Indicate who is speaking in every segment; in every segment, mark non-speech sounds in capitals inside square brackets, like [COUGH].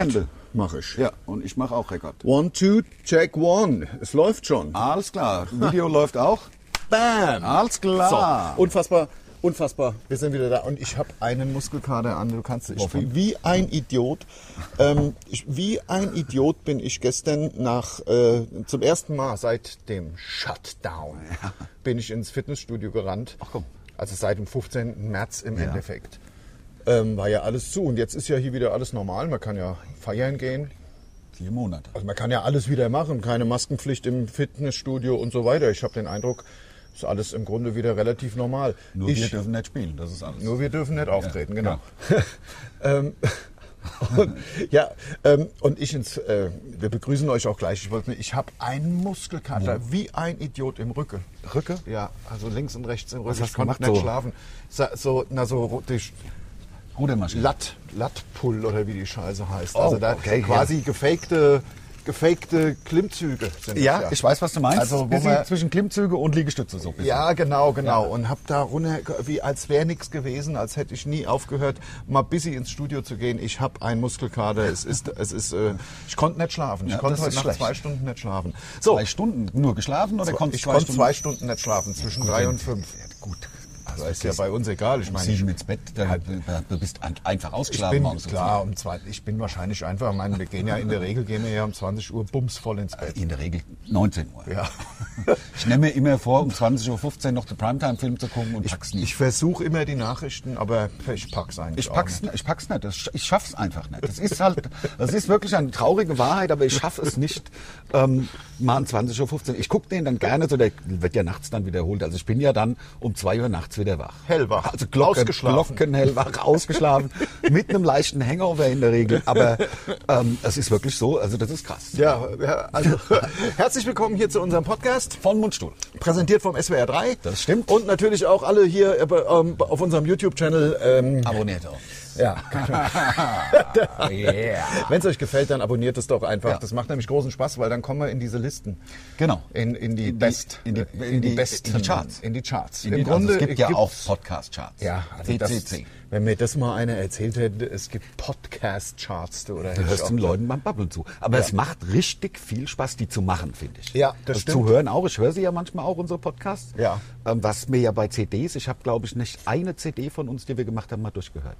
Speaker 1: Handel.
Speaker 2: Mache ich.
Speaker 1: Ja, und ich Oh. mache auch Rekord.
Speaker 2: One, two, check one. Es läuft schon.
Speaker 1: Alles [LAUGHS] klar. Video läuft auch.
Speaker 2: Ah, Bam!
Speaker 1: Alles klar.
Speaker 2: So, unfassbar, unfassbar. Wir sind wieder da und ich habe einen Muskelkater an. Du kannst ich
Speaker 1: Wovon?
Speaker 2: bin wie ein Idiot. Ähm, ich, wie ein Idiot bin ich gestern nach äh, zum ersten Mal seit dem Shutdown bin ich ins Fitnessstudio gerannt. Ach
Speaker 1: komm.
Speaker 2: Also seit dem 15. März im Endeffekt. Ähm, war ja alles zu und jetzt ist ja hier wieder alles normal. Man kann ja feiern gehen.
Speaker 1: Vier Monate.
Speaker 2: Also man kann ja alles wieder machen, keine Maskenpflicht im Fitnessstudio und so weiter. Ich habe den Eindruck, ist alles im Grunde wieder relativ normal.
Speaker 1: Nur
Speaker 2: ich,
Speaker 1: wir dürfen nicht spielen, das ist alles.
Speaker 2: nur wir dürfen nicht auftreten, genau. [LAUGHS] ähm, und, ja, ähm, und ich ins, äh, wir begrüßen euch auch gleich. Ich wollte, ich habe einen Muskelkater wie ein Idiot im Rücken.
Speaker 1: Rücke?
Speaker 2: Ja, also links und rechts im Rücken.
Speaker 1: hast
Speaker 2: Ich
Speaker 1: du
Speaker 2: konnte
Speaker 1: gemacht,
Speaker 2: nicht
Speaker 1: so?
Speaker 2: schlafen. Sa- So, na so, die,
Speaker 1: Rudermaschine.
Speaker 2: Latt, Lattpull oder wie die Scheiße heißt.
Speaker 1: Oh,
Speaker 2: also da
Speaker 1: okay,
Speaker 2: quasi gefakte, gefakte Klimmzüge sind das
Speaker 1: ja, ich weiß, was du meinst.
Speaker 2: Also, wo
Speaker 1: Bisschen
Speaker 2: man,
Speaker 1: zwischen Klimmzüge und Liegestütze so ein bisschen.
Speaker 2: ja, genau, genau. Und hab da runter, wie als wäre nichts gewesen, als hätte ich nie aufgehört, mal busy ins Studio zu gehen. Ich hab einen Muskelkater. Es ist, es ist, äh, ich konnte nicht schlafen. Ich
Speaker 1: Ja,
Speaker 2: konnte
Speaker 1: das
Speaker 2: heute
Speaker 1: ist
Speaker 2: nach
Speaker 1: schlecht.
Speaker 2: zwei Stunden nicht schlafen. So,
Speaker 1: Zwei Stunden nur geschlafen oder konntest
Speaker 2: ich konnte zwei Stunden nicht schlafen, zwischen drei und fünf.
Speaker 1: Gut.
Speaker 2: Das ist ja bei uns egal. Ich meine, ich
Speaker 1: Also, Sieben ins Bett, da, da, du bist ein- einfach
Speaker 2: Ich
Speaker 1: ausgeschlafen
Speaker 2: bin,
Speaker 1: morgens.
Speaker 2: klar, um zwei, ich bin wahrscheinlich einfach, ich meine, wir gehen ja in der Regel gehen wir ja um 20 Uhr bumsvoll ins Bett.
Speaker 1: In der Regel 19 Uhr.
Speaker 2: Ja.
Speaker 1: [LAUGHS] Ich nehme mir immer vor, [LAUGHS] um 20.15 Uhr noch den Primetime-Film zu gucken und pack's nie.
Speaker 2: Ich versuche immer die Nachrichten, aber ich pack's eigentlich
Speaker 1: Ich
Speaker 2: auch
Speaker 1: pack's, nicht. ich pack's nicht. Das sch- Ich schaff's einfach nicht. Das ist halt, das ist wirklich eine traurige Wahrheit, aber ich schaff es nicht. Ähm, mal um 20.15 Uhr. Ich guck den dann gerne, so der wird ja nachts dann wiederholt. Also ich bin ja dann um 2 Uhr nachts wieder wach.
Speaker 2: Hellwach.
Speaker 1: Also Glocken,
Speaker 2: Ausgeschlafen.
Speaker 1: Glockenhell wach, ausgeschlafen, mit einem leichten Hangover in der Regel. Aber ähm, es ist wirklich so, also das ist krass.
Speaker 2: Ja, ja, also [LAUGHS] herzlich willkommen hier zu unserem Podcast,
Speaker 1: Von Mundstuhl.
Speaker 2: präsentiert vom SWR 3.
Speaker 1: Das stimmt.
Speaker 2: Und natürlich auch alle hier äh, bei, ähm, auf unserem YouTube-Channel. Ähm,
Speaker 1: Abonniert auch. [LAUGHS]
Speaker 2: ja,
Speaker 1: Oh yeah.
Speaker 2: wenn es euch gefällt, dann abonniert es doch einfach.
Speaker 1: Ja.
Speaker 2: Das macht nämlich großen Spaß, weil dann kommen wir in diese Listen.
Speaker 1: Genau.
Speaker 2: In, in die,
Speaker 1: In die-
Speaker 2: Best,
Speaker 1: in die-
Speaker 2: äh,
Speaker 1: in die-
Speaker 2: besten-
Speaker 1: in die Charts.
Speaker 2: In die Charts.
Speaker 1: Im Grunde also es gibt ja
Speaker 2: gibt's-
Speaker 1: auch Podcast-Charts.
Speaker 2: Ja, also das,
Speaker 1: CCC.
Speaker 2: wenn mir das mal einer erzählt hätte, es gibt Podcast-Charts, du, oder?
Speaker 1: Du
Speaker 2: hätte ich
Speaker 1: hörst
Speaker 2: auch-
Speaker 1: den Leuten beim Babbeln zu. Aber es macht richtig viel Spaß, die zu machen, finde ich.
Speaker 2: Ja, das stimmt.
Speaker 1: Zu hören auch. Ich höre sie ja manchmal auch, unsere Podcasts.
Speaker 2: Ja.
Speaker 1: Ähm, was mir ja bei CDs, ich habe, glaube ich, nicht eine CD von uns, die wir gemacht haben, mal durchgehört.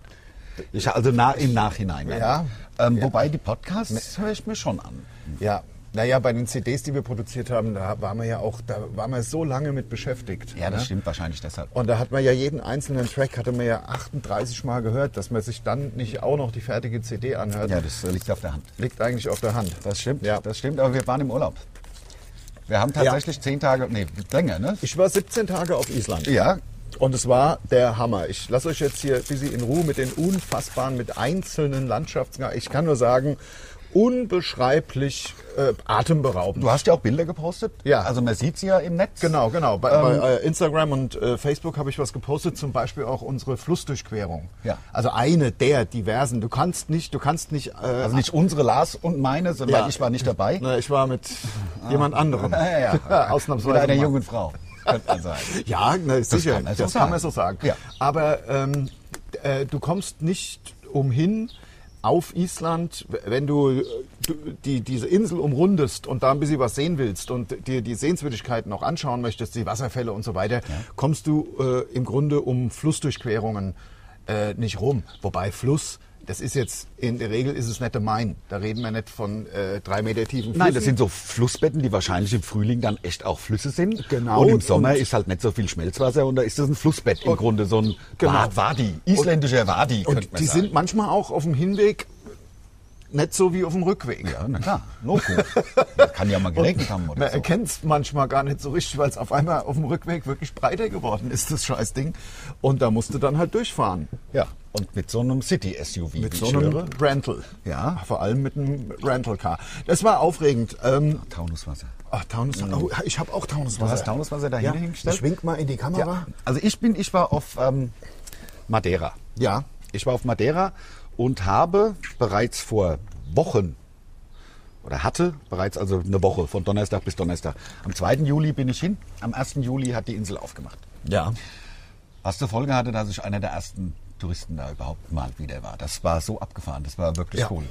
Speaker 1: Ich, also na, im Nachhinein.
Speaker 2: Ja.
Speaker 1: Ähm, Wobei die Podcasts höre ich mir schon an.
Speaker 2: Ja, naja, bei den CDs, die wir produziert haben, da waren wir ja auch, da waren wir so lange mit beschäftigt.
Speaker 1: Ja, das
Speaker 2: ne?
Speaker 1: stimmt wahrscheinlich deshalb.
Speaker 2: Und da hat man ja jeden einzelnen Track, hatte man ja 38 Mal gehört, dass man sich dann nicht auch noch die fertige CD anhört.
Speaker 1: Ja, das liegt auf der Hand.
Speaker 2: Liegt eigentlich auf der Hand.
Speaker 1: Das stimmt.
Speaker 2: Ja.
Speaker 1: Das stimmt. Aber wir waren im Urlaub. Wir haben tatsächlich zehn Tage, nee, länger, ne?
Speaker 2: Ich war 17 Tage auf Island.
Speaker 1: Ja.
Speaker 2: Und es war der Hammer. Ich lasse euch jetzt hier ein bisschen in Ruhe mit den unfassbaren, mit einzelnen Landschaften. Ich kann nur sagen, unbeschreiblich äh, atemberaubend.
Speaker 1: Du hast ja auch Bilder gepostet.
Speaker 2: Ja.
Speaker 1: Also man sieht sie ja im Netz.
Speaker 2: Genau, genau. Bei, bei äh, Instagram und äh, Facebook habe ich was gepostet, zum Beispiel auch unsere Flussdurchquerung.
Speaker 1: Ja.
Speaker 2: Also eine der diversen. Du kannst nicht, du kannst nicht. Äh,
Speaker 1: Also nicht unsere Lars und meine, sondern
Speaker 2: Ja.
Speaker 1: ich war nicht dabei.
Speaker 2: na, ne, ich war mit jemand anderem.
Speaker 1: [LAUGHS] Ja, ja. [LAUGHS]
Speaker 2: [LAUGHS] Ausnahmsweise.
Speaker 1: Mit einer
Speaker 2: mal.
Speaker 1: jungen Frau. Könnte man sagen.
Speaker 2: [LAUGHS] Ja, na, sicher.
Speaker 1: kann man so
Speaker 2: das kann man
Speaker 1: sagen.
Speaker 2: so sagen.
Speaker 1: Ja.
Speaker 2: Aber ähm, d- äh, du kommst nicht umhin auf Island, w- wenn du, äh, du die, diese Insel umrundest und da ein bisschen was sehen willst und dir die Sehenswürdigkeiten auch anschauen möchtest, die Wasserfälle und so weiter, kommst du äh, im Grunde um Flussdurchquerungen äh, nicht rum. Wobei Fluss, das ist jetzt, in der Regel ist es nicht der Main. Da reden wir nicht von äh, drei Meter tiefen Flüssen.
Speaker 1: Nein, das sind so Flussbetten, die wahrscheinlich im Frühling dann echt auch Flüsse sind.
Speaker 2: Genau.
Speaker 1: Und im Sommer
Speaker 2: Und-
Speaker 1: ist halt nicht so viel Schmelzwasser und da ist das ein Flussbett im Grunde, so ein
Speaker 2: Genau.
Speaker 1: Wad- Wadi, isländischer Wadi, könnte
Speaker 2: Und
Speaker 1: man
Speaker 2: die
Speaker 1: sagen.
Speaker 2: sind manchmal auch auf dem Hinweg nicht so wie auf dem Rückweg.
Speaker 1: ja, na klar, Loco. Das kann [LAUGHS] ja mal geregnet haben
Speaker 2: Man
Speaker 1: oder so.
Speaker 2: erkennt es manchmal gar nicht so richtig, weil es auf einmal auf dem Rückweg wirklich breiter geworden ist, das Scheißding. Und da musst du dann halt durchfahren.
Speaker 1: Ja, und mit so einem City-SUV,
Speaker 2: Mit
Speaker 1: wie
Speaker 2: so
Speaker 1: ich
Speaker 2: einem
Speaker 1: höre.
Speaker 2: Rental.
Speaker 1: Ja.
Speaker 2: Vor allem mit einem Rental-Car. Das war aufregend. Ähm,
Speaker 1: Taunuswasser.
Speaker 2: ach, Taunuswasser. Oh, ich habe auch Taunuswasser.
Speaker 1: Mhm. Du hast Taunuswasser dahinter hingestellt?
Speaker 2: Schwink mal in die
Speaker 1: Ja,
Speaker 2: Kamera.
Speaker 1: also ich bin, ich war auf ähm, Madeira.
Speaker 2: Ja.
Speaker 1: Ich war auf Madeira und habe bereits vor Wochen oder hatte bereits also eine Woche von Donnerstag bis Donnerstag. Am 2. Juli bin ich hin, am 1. Juli hat die Insel aufgemacht.
Speaker 2: Ja.
Speaker 1: Was zur Folge hatte, dass ich einer der ersten Touristen da überhaupt mal wieder war. Das war so abgefahren, das war wirklich
Speaker 2: Ja.
Speaker 1: cool.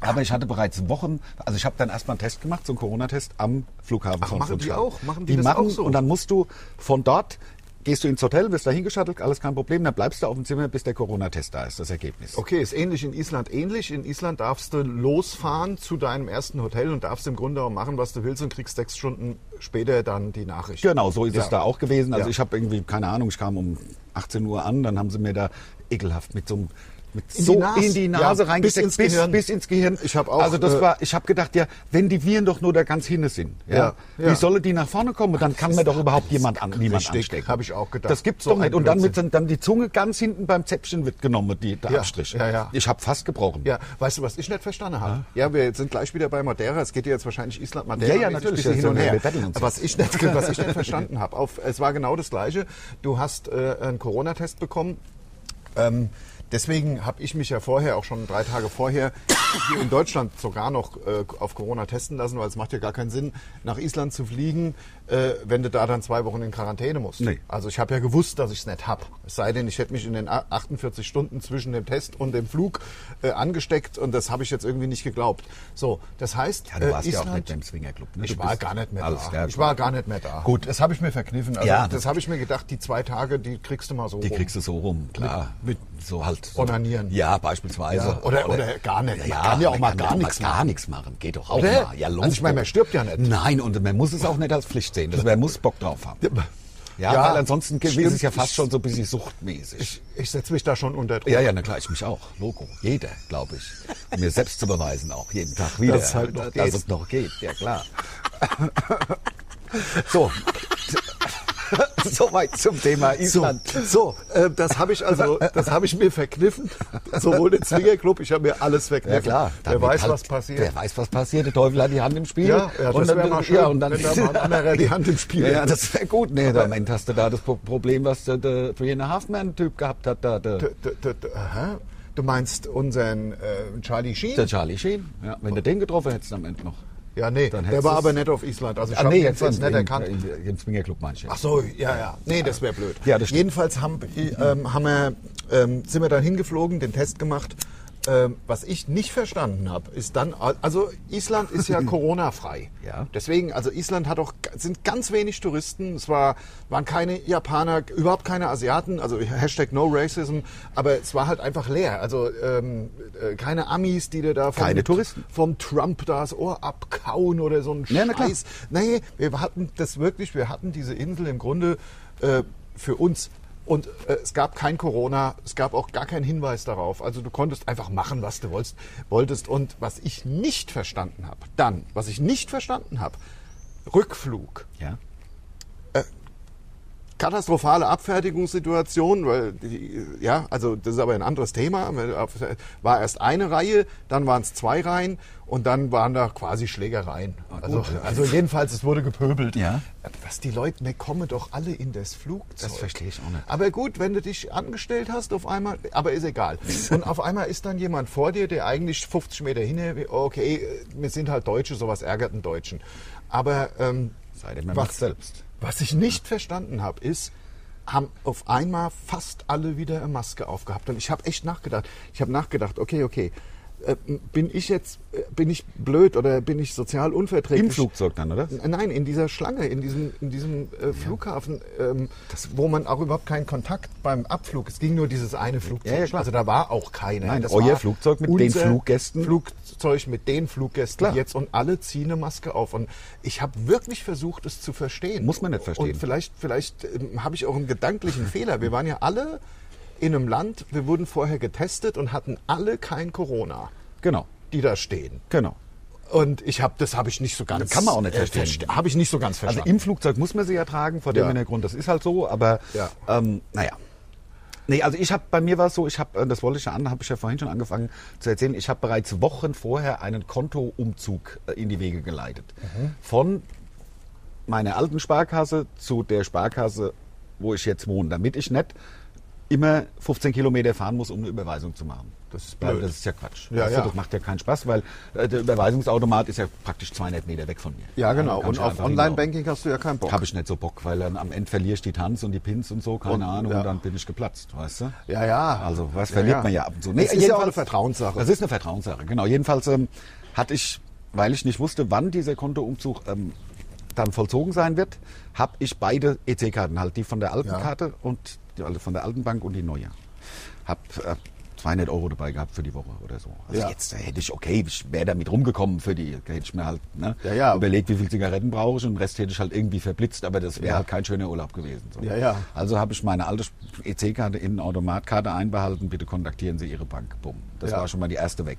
Speaker 1: Aber ich hatte bereits Wochen, also ich habe dann erstmal einen Test gemacht, so einen Corona-Test am Flughafen
Speaker 2: Ach,
Speaker 1: von
Speaker 2: machen die
Speaker 1: Funchal.
Speaker 2: auch? Machen die das auch so?
Speaker 1: Und dann musst du von dort, gehst du ins Hotel, wirst da hingeschattelt, alles kein Problem, dann bleibst du auf dem Zimmer, bis der Corona-Test da ist, das Ergebnis.
Speaker 2: Okay, ist ähnlich in Island ähnlich. In Island darfst du losfahren zu deinem ersten Hotel und darfst im Grunde auch machen, was du willst und kriegst sechs Stunden später dann die Nachricht.
Speaker 1: Genau, so ist
Speaker 2: Ja.
Speaker 1: es da auch gewesen. Also
Speaker 2: Ja.
Speaker 1: ich habe irgendwie, keine Ahnung, ich kam um 18 Uhr an, dann haben sie mir da ekelhaft mit so einem mit
Speaker 2: In
Speaker 1: so
Speaker 2: die Nase.
Speaker 1: in die
Speaker 2: Ja,
Speaker 1: Nase
Speaker 2: bis
Speaker 1: reingesteckt,
Speaker 2: ins Gehirn.
Speaker 1: bis ins Gehirn.
Speaker 2: Ich hab auch,
Speaker 1: also das
Speaker 2: äh,
Speaker 1: war, ich habe gedacht, ja, wenn die Viren doch nur da ganz hinten sind, ja,
Speaker 2: Ja, ja.
Speaker 1: wie sollen die nach vorne kommen? Dann kann mir doch überhaupt jemand an, niemand
Speaker 2: Richtig,
Speaker 1: anstecken.
Speaker 2: hab ich auch gedacht.
Speaker 1: Das gibt's
Speaker 2: So
Speaker 1: doch
Speaker 2: ein
Speaker 1: nicht. Und dann mit
Speaker 2: Blödsinn.
Speaker 1: dann die Zunge ganz hinten beim Zäpfchen wird genommen, die, der
Speaker 2: Ja,
Speaker 1: Abstrich.
Speaker 2: ja, ja.
Speaker 1: Ich habe fast gebrochen.
Speaker 2: Ja, weißt du, was ich nicht verstanden habe? Ja, wir sind gleich wieder bei Madeira. Es geht ja jetzt wahrscheinlich Island, Madeira.
Speaker 1: Ah. Ja, ja,
Speaker 2: ein
Speaker 1: natürlich.
Speaker 2: bisschen hin und
Speaker 1: Ja,
Speaker 2: her.
Speaker 1: wir betteln uns
Speaker 2: Was
Speaker 1: [LAUGHS]
Speaker 2: ich nicht, was ich nicht verstanden habe. Auf, es war genau das Gleiche. Du hast äh, einen Corona-Test bekommen. Ähm, deswegen habe ich mich ja vorher, auch schon drei Tage vorher, hier in Deutschland sogar noch äh, auf Corona testen lassen, weil es macht ja gar keinen Sinn, nach Island zu fliegen, äh, wenn du da dann zwei Wochen in Quarantäne musst.
Speaker 1: Nee.
Speaker 2: Also ich habe ja gewusst, dass ich es nicht hab. Es sei denn, ich hätte mich in den a- 48 Stunden zwischen dem Test und dem Flug äh, angesteckt und das habe ich jetzt irgendwie nicht geglaubt. So, das heißt,
Speaker 1: Ja, du
Speaker 2: äh,
Speaker 1: warst ja auch
Speaker 2: Island-
Speaker 1: nicht beim Swingerclub. Ne?
Speaker 2: ich
Speaker 1: Du
Speaker 2: war
Speaker 1: bist-
Speaker 2: gar nicht mehr
Speaker 1: Alles
Speaker 2: da.
Speaker 1: klar,
Speaker 2: ich war gar nicht mehr da. Gut, das habe ich mir verkniffen. Also
Speaker 1: Ja,
Speaker 2: das
Speaker 1: das-
Speaker 2: habe ich mir gedacht, die zwei Tage, die kriegst du mal so
Speaker 1: Die
Speaker 2: rum.
Speaker 1: kriegst du so rum, klar.
Speaker 2: Mit-
Speaker 1: so halt. So.
Speaker 2: Onanieren.
Speaker 1: Ja, beispielsweise.
Speaker 2: Ja, oder- oder gar nicht. Man
Speaker 1: Ja,
Speaker 2: kann ja auch mal gar
Speaker 1: ja
Speaker 2: nichts
Speaker 1: gar nichts machen. Geht doch auch
Speaker 2: Oder?
Speaker 1: mal. Ja,
Speaker 2: Also
Speaker 1: logisch.
Speaker 2: ich meine, man stirbt ja nicht.
Speaker 1: Nein, und man muss es auch nicht als Pflicht sehen. Das, man muss Bock drauf haben. Ja,
Speaker 2: Ja,
Speaker 1: weil ansonsten ist
Speaker 2: stimmt.
Speaker 1: es ja fast
Speaker 2: Ich-
Speaker 1: schon so ein bisschen suchtmäßig.
Speaker 2: Ich, ich setze mich da schon unter Druck.
Speaker 1: Ja, ja, na klar, ich mich auch. Logo. Jeder, glaube ich. Um mir selbst zu beweisen auch. Jeden Tag wieder.
Speaker 2: Dass es halt noch
Speaker 1: dass
Speaker 2: geht.
Speaker 1: es noch geht. Ja,
Speaker 2: [LAUGHS]
Speaker 1: klar. so. [LAUGHS] Soweit zum Thema
Speaker 2: So,
Speaker 1: Island.
Speaker 2: so äh, das habe ich also, das habe ich mir verkniffen. Sowohl den Zwingerclub, ich habe mir alles verkniffen.
Speaker 1: Ja klar.
Speaker 2: Wer
Speaker 1: Damit
Speaker 2: weiß,
Speaker 1: halt-
Speaker 2: was passiert.
Speaker 1: Wer weiß, was passiert. Der Teufel hat die Hand im Spiel.
Speaker 2: Ja, ja, das
Speaker 1: dann-
Speaker 2: wär mal schön,
Speaker 1: ja, und dann
Speaker 2: wenn
Speaker 1: [LAUGHS]
Speaker 2: da mal ein anderer die Hand im Spiel
Speaker 1: Ja,
Speaker 2: hätte.
Speaker 1: das wäre gut. Nee, am Ende hast du da das Pro- Problem, was der, der Brianna Halfman-Typ gehabt hat. Da, der,
Speaker 2: D- d- d- d- aha. Du meinst unseren äh, Charlie Sheen?
Speaker 1: der Charlie Sheen. Ja, wenn du den getroffen hättest am Ende noch.
Speaker 2: ja, nee,
Speaker 1: Dann
Speaker 2: der
Speaker 1: hättest
Speaker 2: war
Speaker 1: du's-
Speaker 2: aber nicht auf Island. Also ich
Speaker 1: Ah,
Speaker 2: habe
Speaker 1: nee,
Speaker 2: ihn jetzt
Speaker 1: im-
Speaker 2: nicht erkannt.
Speaker 1: Im, im Swingerclub meinst du.
Speaker 2: Ach so, ja, ja. Nee, das wäre blöd.
Speaker 1: Ja, das stimmt.
Speaker 2: Jedenfalls haben, ähm, haben wir, ähm, sind wir dann hingeflogen, den Test gemacht. Ähm, was ich nicht verstanden habe, ist dann, also Island ist
Speaker 1: [LAUGHS]
Speaker 2: ja Corona-frei.
Speaker 1: Ja.
Speaker 2: Deswegen, also Island hat auch, sind ganz wenig Touristen. Es war, waren keine Japaner, überhaupt keine Asiaten, also Hashtag No Racism, aber es war halt einfach leer. Also ähm, äh, keine Amis, die dir da vom,
Speaker 1: Keine Touristen.
Speaker 2: vom Trump da das Ohr abkauen oder so ein
Speaker 1: Ja, na klar.
Speaker 2: Scheiß. Nee, wir hatten das wirklich, wir hatten diese Insel im Grunde äh, für uns. Und äh, es gab kein Corona, es gab auch gar keinen Hinweis darauf. Also du konntest einfach machen, was du wolltest. wolltest. Und was ich nicht verstanden habe, dann, was ich nicht verstanden habe, Rückflug
Speaker 1: Ja.
Speaker 2: katastrophale Abfertigungssituation, weil die, ja, also das ist aber ein anderes Thema. War erst eine Reihe, dann waren es zwei Reihen und dann waren da quasi Schlägereien. Also, also jedenfalls, es wurde gepöbelt.
Speaker 1: Ah, Ja.
Speaker 2: Was die Leute, ne, kommen doch alle in das Flugzeug.
Speaker 1: Das verstehe ich auch nicht.
Speaker 2: Aber gut, wenn du dich angestellt hast, auf einmal, aber
Speaker 1: [LAUGHS]
Speaker 2: ist egal. Und auf einmal ist dann jemand vor dir, der eigentlich 50 Meter hinher, okay, wir sind halt Deutsche, sowas ärgert einen Deutschen. Aber ähm,
Speaker 1: Sei denn, man macht's selbst.
Speaker 2: was ich nicht verstanden habe, ist, haben auf einmal fast alle wieder eine Maske aufgehabt. Und ich habe echt nachgedacht. Ich habe nachgedacht, okay, okay, äh, bin ich jetzt, äh, bin ich blöd oder bin ich sozial unverträglich?
Speaker 1: Im Flugzeug dann, oder?
Speaker 2: Nein, in dieser Schlange, in diesem, in diesem äh, Flughafen, ähm, wo man auch überhaupt keinen Kontakt beim Abflug. Es ging nur dieses eine Flugzeug.
Speaker 1: Ja, ja, klar.
Speaker 2: Also da war auch keiner.
Speaker 1: Nein,
Speaker 2: das
Speaker 1: euer
Speaker 2: war
Speaker 1: Flugzeug mit den
Speaker 2: unser
Speaker 1: Fluggästen?
Speaker 2: Flugzeug mit den Fluggästen
Speaker 1: Klar.
Speaker 2: jetzt und alle ziehen eine Maske auf. Und ich habe wirklich versucht, es zu verstehen.
Speaker 1: Muss man nicht verstehen.
Speaker 2: Und vielleicht, vielleicht ähm, habe ich auch
Speaker 1: [LAUGHS]
Speaker 2: einen gedanklichen Fehler. Wir waren ja alle in einem Land, wir wurden vorher getestet und hatten alle kein Corona,
Speaker 1: Genau.
Speaker 2: die da stehen.
Speaker 1: Genau.
Speaker 2: Und ich habe, das habe ich nicht so ganz.
Speaker 1: Kann man auch nicht
Speaker 2: äh,
Speaker 1: verstehen.
Speaker 2: verste- Habe ich nicht so ganz
Speaker 1: Also
Speaker 2: verstanden.
Speaker 1: im Flugzeug muss man sie ja tragen, vor dem
Speaker 2: Ja.
Speaker 1: Hintergrund, das ist halt so, aber
Speaker 2: Ja.
Speaker 1: ähm, naja. Nee, also ich habe, bei mir war es so, ich habe, das wollte ich ja an, habe ich ja vorhin schon angefangen zu erzählen, ich habe bereits Wochen vorher einen Kontoumzug äh, in die Wege geleitet.
Speaker 2: Mhm.
Speaker 1: Von meiner alten Sparkasse zu der Sparkasse, wo ich jetzt wohne, damit ich nicht immer 15 Kilometer fahren muss, um eine Überweisung zu machen.
Speaker 2: Das ist
Speaker 1: Weil
Speaker 2: blöd.
Speaker 1: das ist ja Quatsch.
Speaker 2: Ja,
Speaker 1: Weißt du,
Speaker 2: ja.
Speaker 1: Das macht ja keinen Spaß, weil äh, der Überweisungsautomat ist ja praktisch 200 Meter weg von mir.
Speaker 2: ja, genau.
Speaker 1: Kann ich
Speaker 2: Und auf
Speaker 1: einfach hinlaufen.
Speaker 2: Online-Banking hast du ja keinen Bock.
Speaker 1: Habe ich nicht so Bock, weil dann am Ende verliere ich die Tanz und die Pins und so, keine
Speaker 2: Und,
Speaker 1: Ahnung,
Speaker 2: ja.
Speaker 1: und dann bin ich geplatzt, weißt du?
Speaker 2: Ja, ja.
Speaker 1: Also, was
Speaker 2: Ja,
Speaker 1: verliert
Speaker 2: ja.
Speaker 1: man ja ab und zu.
Speaker 2: Es ist ja auch
Speaker 1: jedenfalls-
Speaker 2: eine Vertrauenssache.
Speaker 1: Das ist eine Vertrauenssache, genau. Jedenfalls ähm, hatte ich, weil ich nicht wusste, wann dieser Kontoumzug ähm, dann vollzogen sein wird, habe ich beide EC-Karten, halt die von der alten
Speaker 2: Ja.
Speaker 1: Karte und die also von der alten Bank und die neue. Hab äh, 200 Euro dabei gehabt für die Woche oder so. Also
Speaker 2: Ja.
Speaker 1: jetzt äh, hätte ich, okay, ich wäre damit rumgekommen für die, hätte ich mir halt ne,
Speaker 2: Ja, ja.
Speaker 1: überlegt, wie viel Zigaretten brauche ich und den Rest hätte ich halt irgendwie verblitzt, aber das wäre
Speaker 2: Ja.
Speaker 1: halt kein schöner Urlaub gewesen. So.
Speaker 2: Ja, ja.
Speaker 1: Also habe ich meine alte EC-Karte in eine Automatkarte einbehalten. Bitte kontaktieren Sie Ihre Bank. Bumm. Das
Speaker 2: Ja.
Speaker 1: war schon mal die erste weg.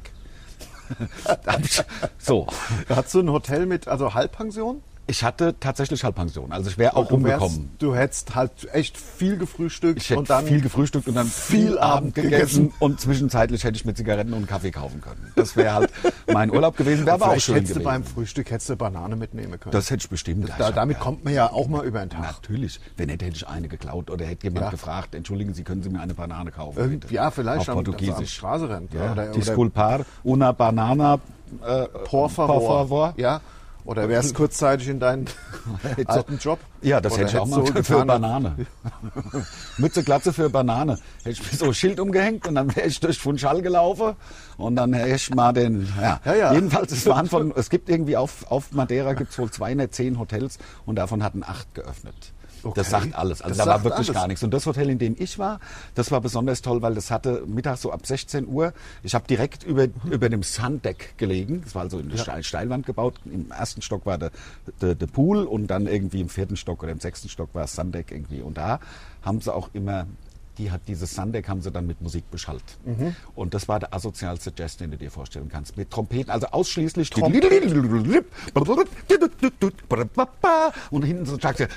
Speaker 1: [LAUGHS] Da hab ich, so.
Speaker 2: Hast du ein Hotel mit, also Halbpension?
Speaker 1: Ich hatte tatsächlich Halbpension. Also ich wäre auch
Speaker 2: Du wärst-
Speaker 1: rumgekommen.
Speaker 2: Du hättest halt echt viel gefrühstückt
Speaker 1: Ich hätte
Speaker 2: und dann
Speaker 1: viel gefrühstückt und dann viel Abend gegessen und zwischenzeitlich hätte ich mir Zigaretten und Kaffee kaufen können. Das wäre halt mein Urlaub gewesen, wäre aber auch
Speaker 2: Vielleicht
Speaker 1: schön
Speaker 2: hättest du
Speaker 1: gewesen.
Speaker 2: beim Frühstück hättest du Banane mitnehmen können.
Speaker 1: das hätte ich bestimmt.
Speaker 2: da, damit kommt man ja auch mal über den Tag.
Speaker 1: Natürlich. Wenn nicht, hätte ich eine geklaut oder hätte jemand
Speaker 2: Ja.
Speaker 1: gefragt, entschuldigen Sie, können Sie mir eine Banane kaufen?
Speaker 2: Irgend-
Speaker 1: bitte?
Speaker 2: ja, vielleicht
Speaker 1: Auf
Speaker 2: am- am
Speaker 1: Portugiesisch.
Speaker 2: Straßenrand.
Speaker 1: Ja,
Speaker 2: Oder-
Speaker 1: Disculpar, una banana, äh,
Speaker 2: Por favor.
Speaker 1: Por favor.
Speaker 2: Ja. Oder wärst kurzzeitig
Speaker 1: [LAUGHS]
Speaker 2: in deinen alten Job?
Speaker 1: Ja, das
Speaker 2: Oder
Speaker 1: hätte ich auch
Speaker 2: hättest
Speaker 1: mal
Speaker 2: so
Speaker 1: [LAUGHS] für
Speaker 2: getan, ne? als-
Speaker 1: Banane. Mütze, Glatze für Banane. Hätte ich mir so ein Schild umgehängt und dann wäre ich durch Funchal gelaufen und dann hätte ich mal den, ja.
Speaker 2: Ja, ja.
Speaker 1: Jedenfalls, es waren von, es gibt irgendwie auf, auf Madeira gibt es wohl 210 Hotels und davon hatten acht geöffnet.
Speaker 2: Okay.
Speaker 1: Das sagt alles. Also
Speaker 2: Das
Speaker 1: da war
Speaker 2: sagt
Speaker 1: wirklich
Speaker 2: alles.
Speaker 1: gar nichts. Und das Hotel, in dem ich war, das war besonders toll, weil das hatte mittags so ab 16 Uhr. Ich habe direkt über, über dem Sundeck gelegen. Das war also in der Steil- Steilwand gebaut. Im ersten Stock war der, der, der Pool und dann irgendwie im vierten Stock oder im sechsten Stock war das Sundeck irgendwie. Und da haben sie auch immer die hat dieses Sundeck haben sie dann mit Musik beschallt. Und das war der asozialste Jazz, den du dir vorstellen kannst. Mit Trompeten, also ausschließlich und hinten so ein Schlagzeug.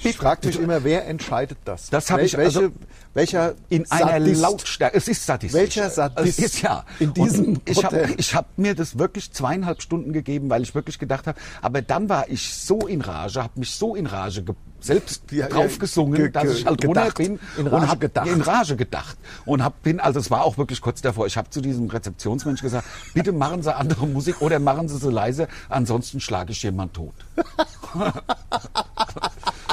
Speaker 2: Ich frage mich immer, wer entscheidet das?
Speaker 1: Das hab
Speaker 2: Wel-
Speaker 1: ich
Speaker 2: welche,
Speaker 1: also-
Speaker 2: welcher
Speaker 1: In einer
Speaker 2: Sadist-
Speaker 1: Lautstärke. Es ist sadistisch.
Speaker 2: Welcher Sadist
Speaker 1: Es ist ja.
Speaker 2: in diesem
Speaker 1: Und ich habe
Speaker 2: Hotel?
Speaker 1: hab mir das wirklich zweieinhalb Stunden gegeben, weil ich wirklich gedacht habe, aber dann war ich so in Rage, habe mich so in Rage ge selbst
Speaker 2: Ja, ja,
Speaker 1: draufgesungen,
Speaker 2: ge-
Speaker 1: dass
Speaker 2: ge-
Speaker 1: ich halt
Speaker 2: gedacht.
Speaker 1: runter bin
Speaker 2: In Rage
Speaker 1: und hab,
Speaker 2: gedacht.
Speaker 1: in Rage gedacht und hab bin also es war auch wirklich kurz davor. Ich habe zu diesem Rezeptionsmensch gesagt, bitte machen Sie andere Musik oder machen Sie sie leise, ansonsten schlage ich jemand tot.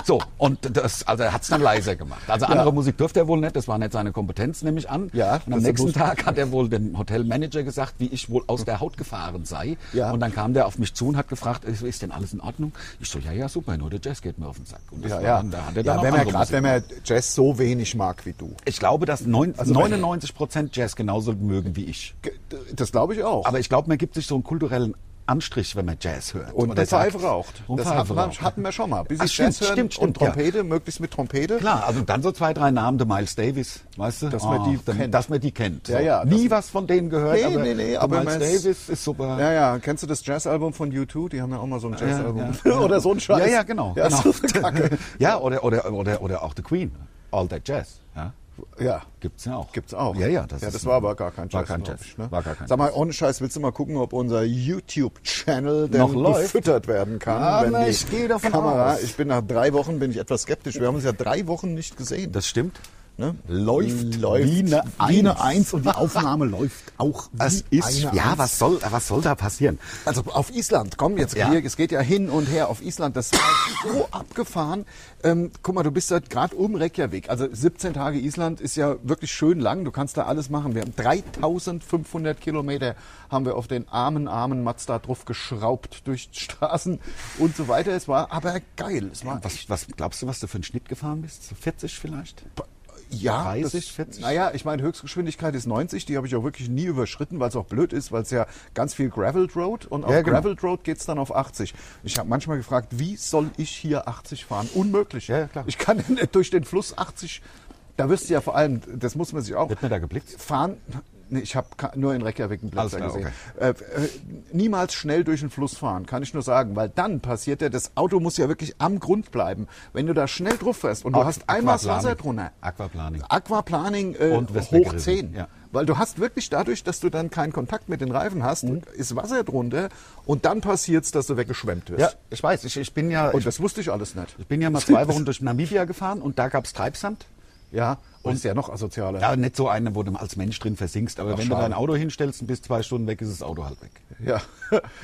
Speaker 1: So, und das, also er hat's dann leiser gemacht. Also andere Musik dürfte er wohl nicht, das war nicht seine Kompetenz, nehme ich an. und
Speaker 2: Ja, das
Speaker 1: am
Speaker 2: ist
Speaker 1: nächsten
Speaker 2: bewusst.
Speaker 1: Tag hat er wohl dem Hotelmanager gesagt, wie ich wohl aus der Haut gefahren sei.
Speaker 2: Ja.
Speaker 1: Und dann kam der auf mich zu und hat gefragt, ist, ist denn alles in Ordnung? Ich so, ja, ja, super, nur der Jazz geht mir auf den Sack. Und das
Speaker 2: Ja,
Speaker 1: war
Speaker 2: ja.
Speaker 1: Dann, da hat er dann
Speaker 2: ja
Speaker 1: auch
Speaker 2: wenn, man
Speaker 1: andere
Speaker 2: grad,
Speaker 1: Musik.
Speaker 2: wenn man Jazz so wenig mag wie du.
Speaker 1: Ich glaube, dass neun,
Speaker 2: Also wenn-
Speaker 1: 99 Prozent Jazz genauso mögen wie ich.
Speaker 2: G- d- Das glaube ich auch.
Speaker 1: Aber ich glaube, man gibt sich so einen kulturellen Anstrich, wenn man Jazz hört.
Speaker 2: und
Speaker 1: Oder
Speaker 2: der Pfeife
Speaker 1: sagt-
Speaker 2: raucht.
Speaker 1: Und
Speaker 2: das
Speaker 1: Pfeife
Speaker 2: hatten, wir,
Speaker 1: raucht.
Speaker 2: hatten wir schon mal. Bis
Speaker 1: Ach,
Speaker 2: ich
Speaker 1: stimmt,
Speaker 2: Jazz hören
Speaker 1: stimmt,
Speaker 2: und
Speaker 1: stimmt, ja.
Speaker 2: Trompete, möglichst mit Trompete.
Speaker 1: Klar, also dann so zwei, drei Namen, der Miles Davis, weißt du?
Speaker 2: Dass man die
Speaker 1: dann-
Speaker 2: kennt.
Speaker 1: Dass man die kennt.
Speaker 2: Ja, ja,
Speaker 1: Nie
Speaker 2: das-
Speaker 1: was von denen gehört,
Speaker 2: Nee,
Speaker 1: aber,
Speaker 2: nee, nee,
Speaker 1: der
Speaker 2: aber
Speaker 1: Miles
Speaker 2: man ist-
Speaker 1: Davis ist super.
Speaker 2: Ja, ja, kennst du das Jazzalbum von U2? Die haben ja auch mal so ein Jazzalbum.
Speaker 1: ja, ja.
Speaker 2: [LAUGHS] Oder so ein Scheiß.
Speaker 1: Ja, ja, genau.
Speaker 2: Ja,
Speaker 1: genau.
Speaker 2: So eine Kacke.
Speaker 1: [LAUGHS] ja oder, oder, oder, oder auch The Queen, All That Jazz. Ja?
Speaker 2: ja.
Speaker 1: Gibt's ja auch.
Speaker 2: Gibt's auch.
Speaker 1: Ja, ja. Das,
Speaker 2: ja,
Speaker 1: ist
Speaker 2: das
Speaker 1: ein-
Speaker 2: war aber gar kein Jazz.
Speaker 1: War kein
Speaker 2: glaub
Speaker 1: Jazz.
Speaker 2: ich, ne?
Speaker 1: War gar kein
Speaker 2: Sag mal, ohne Scheiß, willst du mal gucken, ob unser YouTube-Channel denn
Speaker 1: Noch läuft?
Speaker 2: gefüttert werden kann?
Speaker 1: Ah,
Speaker 2: wenn
Speaker 1: na,
Speaker 2: die
Speaker 1: ich gehe davon
Speaker 2: Kamera,
Speaker 1: aus.
Speaker 2: Ich bin nach drei Wochen, bin ich etwas skeptisch. Wir haben uns ja drei Wochen nicht gesehen.
Speaker 1: das stimmt.
Speaker 2: ne?
Speaker 1: Läuft,
Speaker 2: läuft
Speaker 1: wie eine
Speaker 2: wie eine
Speaker 1: Eins.
Speaker 2: Eins und die Aufnahme läuft auch wie
Speaker 1: Das ist,
Speaker 2: eine
Speaker 1: ja,
Speaker 2: Eins.
Speaker 1: was soll, was soll da passieren?
Speaker 2: Also auf Island, komm jetzt,
Speaker 1: Ja.
Speaker 2: hier, es geht ja hin und her auf Island, das war so [COUGHS] abgefahren. Ähm, guck mal, du bist halt gerade um Reykjavik, also 17 Tage Island ist ja wirklich schön lang, du kannst da alles machen. Wir haben 3500 Kilometer haben wir auf den armen, armen Mazda drauf geschraubt durch Straßen und so weiter. Es war aber geil. Es war
Speaker 1: Was, was glaubst du, was du für einen Schnitt gefahren bist? So 40 vielleicht?
Speaker 2: Ja,
Speaker 1: 30,
Speaker 2: das,
Speaker 1: 40?
Speaker 2: Naja, ich meine, Höchstgeschwindigkeit ist 90, die habe ich auch wirklich nie überschritten, weil es auch blöd ist, weil es ja ganz viel Graveled Road und auf
Speaker 1: Ja, genau.
Speaker 2: Graveled Road geht's dann auf 80. Ich habe manchmal gefragt, wie soll ich hier 80 fahren? Unmöglich.
Speaker 1: Ja, ja, klar.
Speaker 2: Ich kann nicht durch den Fluss 80, da wirst du ja vor allem, das muss man sich auch
Speaker 1: Wird man da geblitzt?
Speaker 2: fahren. Nee, ich habe nur in Reykjavik einen Blitzer
Speaker 1: Alles
Speaker 2: gesehen.
Speaker 1: klar,
Speaker 2: Äh, äh, niemals schnell durch den Fluss fahren, kann ich nur sagen, weil dann passiert ja, das Auto muss ja wirklich am Grund bleiben. Wenn du da schnell drauf fährst und du
Speaker 1: Aqu-
Speaker 2: hast einmal das
Speaker 1: Aquaplaning.
Speaker 2: Wasser drunter,
Speaker 1: Aquaplaning.
Speaker 2: Aquaplaning äh,
Speaker 1: Und wirst
Speaker 2: hoch
Speaker 1: weggerissen,
Speaker 2: 10.
Speaker 1: ja.
Speaker 2: Weil du hast wirklich dadurch, dass du dann keinen Kontakt mit den Reifen hast,
Speaker 1: Mhm.
Speaker 2: ist Wasser drunter und dann passiert es, dass du weggeschwemmt wirst.
Speaker 1: Ja, ich weiß, ich, ich bin ja,
Speaker 2: Und das wusste ich alles nicht.
Speaker 1: Ich bin ja mal zwei Wochen durch Namibia gefahren und da gab's Treibsand.
Speaker 2: Ja, Und ist ja noch asozialer.
Speaker 1: Ja, nicht so eine, wo du als Mensch drin versinkst, aber
Speaker 2: Ach,
Speaker 1: wenn
Speaker 2: schade.
Speaker 1: du dein Auto hinstellst und bist zwei Stunden weg, ist das Auto halt weg.
Speaker 2: Ja.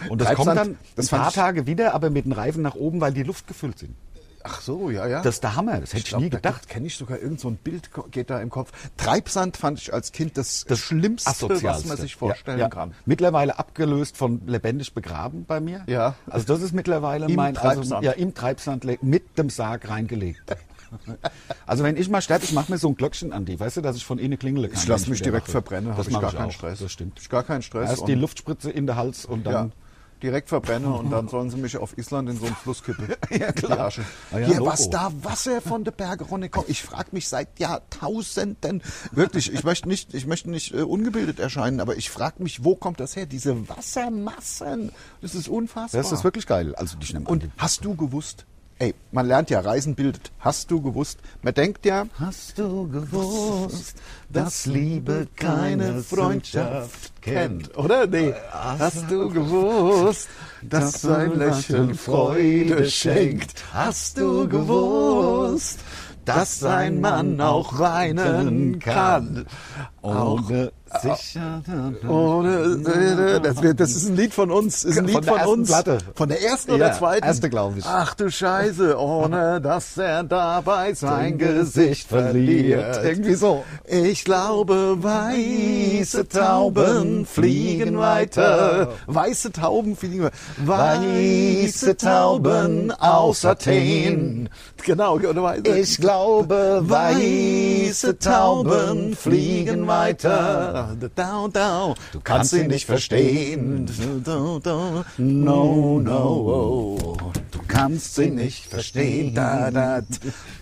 Speaker 1: Und das
Speaker 2: Treibsand,
Speaker 1: kommt dann
Speaker 2: das
Speaker 1: ein
Speaker 2: fand
Speaker 1: paar
Speaker 2: ich,
Speaker 1: Tage wieder, aber mit den Reifen nach oben, weil die Luft gefüllt sind.
Speaker 2: Ach so, ja, ja.
Speaker 1: Das ist der Hammer, das hätte ich, nie gedacht.
Speaker 2: Kenne ich sogar irgend so ein Bild ko- geht da im Kopf. Treibsand fand ich als Kind das, Schlimmste, was
Speaker 1: Asozialste.
Speaker 2: man sich vorstellen
Speaker 1: ja, ja.
Speaker 2: kann.
Speaker 1: Mittlerweile abgelöst von lebendig begraben bei mir.
Speaker 2: Ja.
Speaker 1: Also das ist mittlerweile
Speaker 2: Im
Speaker 1: mein
Speaker 2: Treibsand.
Speaker 1: Also, ja, im Treibsand le- mit dem Sarg reingelegt. Also wenn ich mal sterbe, ich mache mir so ein Glöckchen an die, weißt du, dass ich von innen klingele kann.
Speaker 2: Ich
Speaker 1: wenn
Speaker 2: lasse mich
Speaker 1: wieder
Speaker 2: direkt
Speaker 1: wach werd.
Speaker 2: verbrennen,
Speaker 1: Das
Speaker 2: habe ich
Speaker 1: mache
Speaker 2: gar
Speaker 1: ich
Speaker 2: keinen
Speaker 1: auch,
Speaker 2: Stress.
Speaker 1: Das stimmt.
Speaker 2: Ich gar keinen Stress.
Speaker 1: Erst die Luftspritze in den Hals und
Speaker 2: ja,
Speaker 1: dann
Speaker 2: direkt verbrenne und dann sollen sie mich auf Island in so einen Fluss kippen.
Speaker 1: [LAUGHS] Ja, klar.
Speaker 2: Die Asche.
Speaker 1: Ah, ja,
Speaker 2: Hier,
Speaker 1: Logo.
Speaker 2: was da Wasser von der Bergronne kommt. Ich frage mich seit Jahrtausenden, wirklich, ich möchte nicht, ich möchte nicht äh, ungebildet erscheinen, aber ich frage mich, wo kommt das her? Diese Wassermassen, das ist unfassbar.
Speaker 1: Das ist wirklich geil. Also ich nehme
Speaker 2: Ah. Und hast du gewusst, ey, man lernt ja, Reisen bildet. Hast du gewusst, man denkt ja,
Speaker 1: Hast du gewusst,
Speaker 2: oder? Nee. Hast du gewusst, Äh, dass sein Lächeln Freude schenkt? Hast du gewusst, dass sein Mann auch weinen kann? Auch Ah.
Speaker 1: Ohne sicher.
Speaker 2: ohne, das, wird- das ist ein Lied von uns, ist ein Lied
Speaker 1: Von
Speaker 2: von,
Speaker 1: der ersten
Speaker 2: uns.
Speaker 1: Platte.
Speaker 2: Von der ersten oder
Speaker 1: Ja,
Speaker 2: zweiten?
Speaker 1: erste, glaub ich.
Speaker 2: Ach du Scheiße, ohne dass er dabei sein Gesicht verliert.
Speaker 1: Irgendwie so.
Speaker 2: Ich glaube, weiße Tauben fliegen weiter. Weiße Tauben fliegen weiter. Weiße Tauben aus Athen. Genau, oder weiße.
Speaker 1: Ich glaube,
Speaker 2: Weiße Tauben fliegen weiter. Down, down. Du kannst sie nicht verstehen. No, no.
Speaker 1: Oh, Du kannst
Speaker 2: Sie nicht verstehen. Da, da.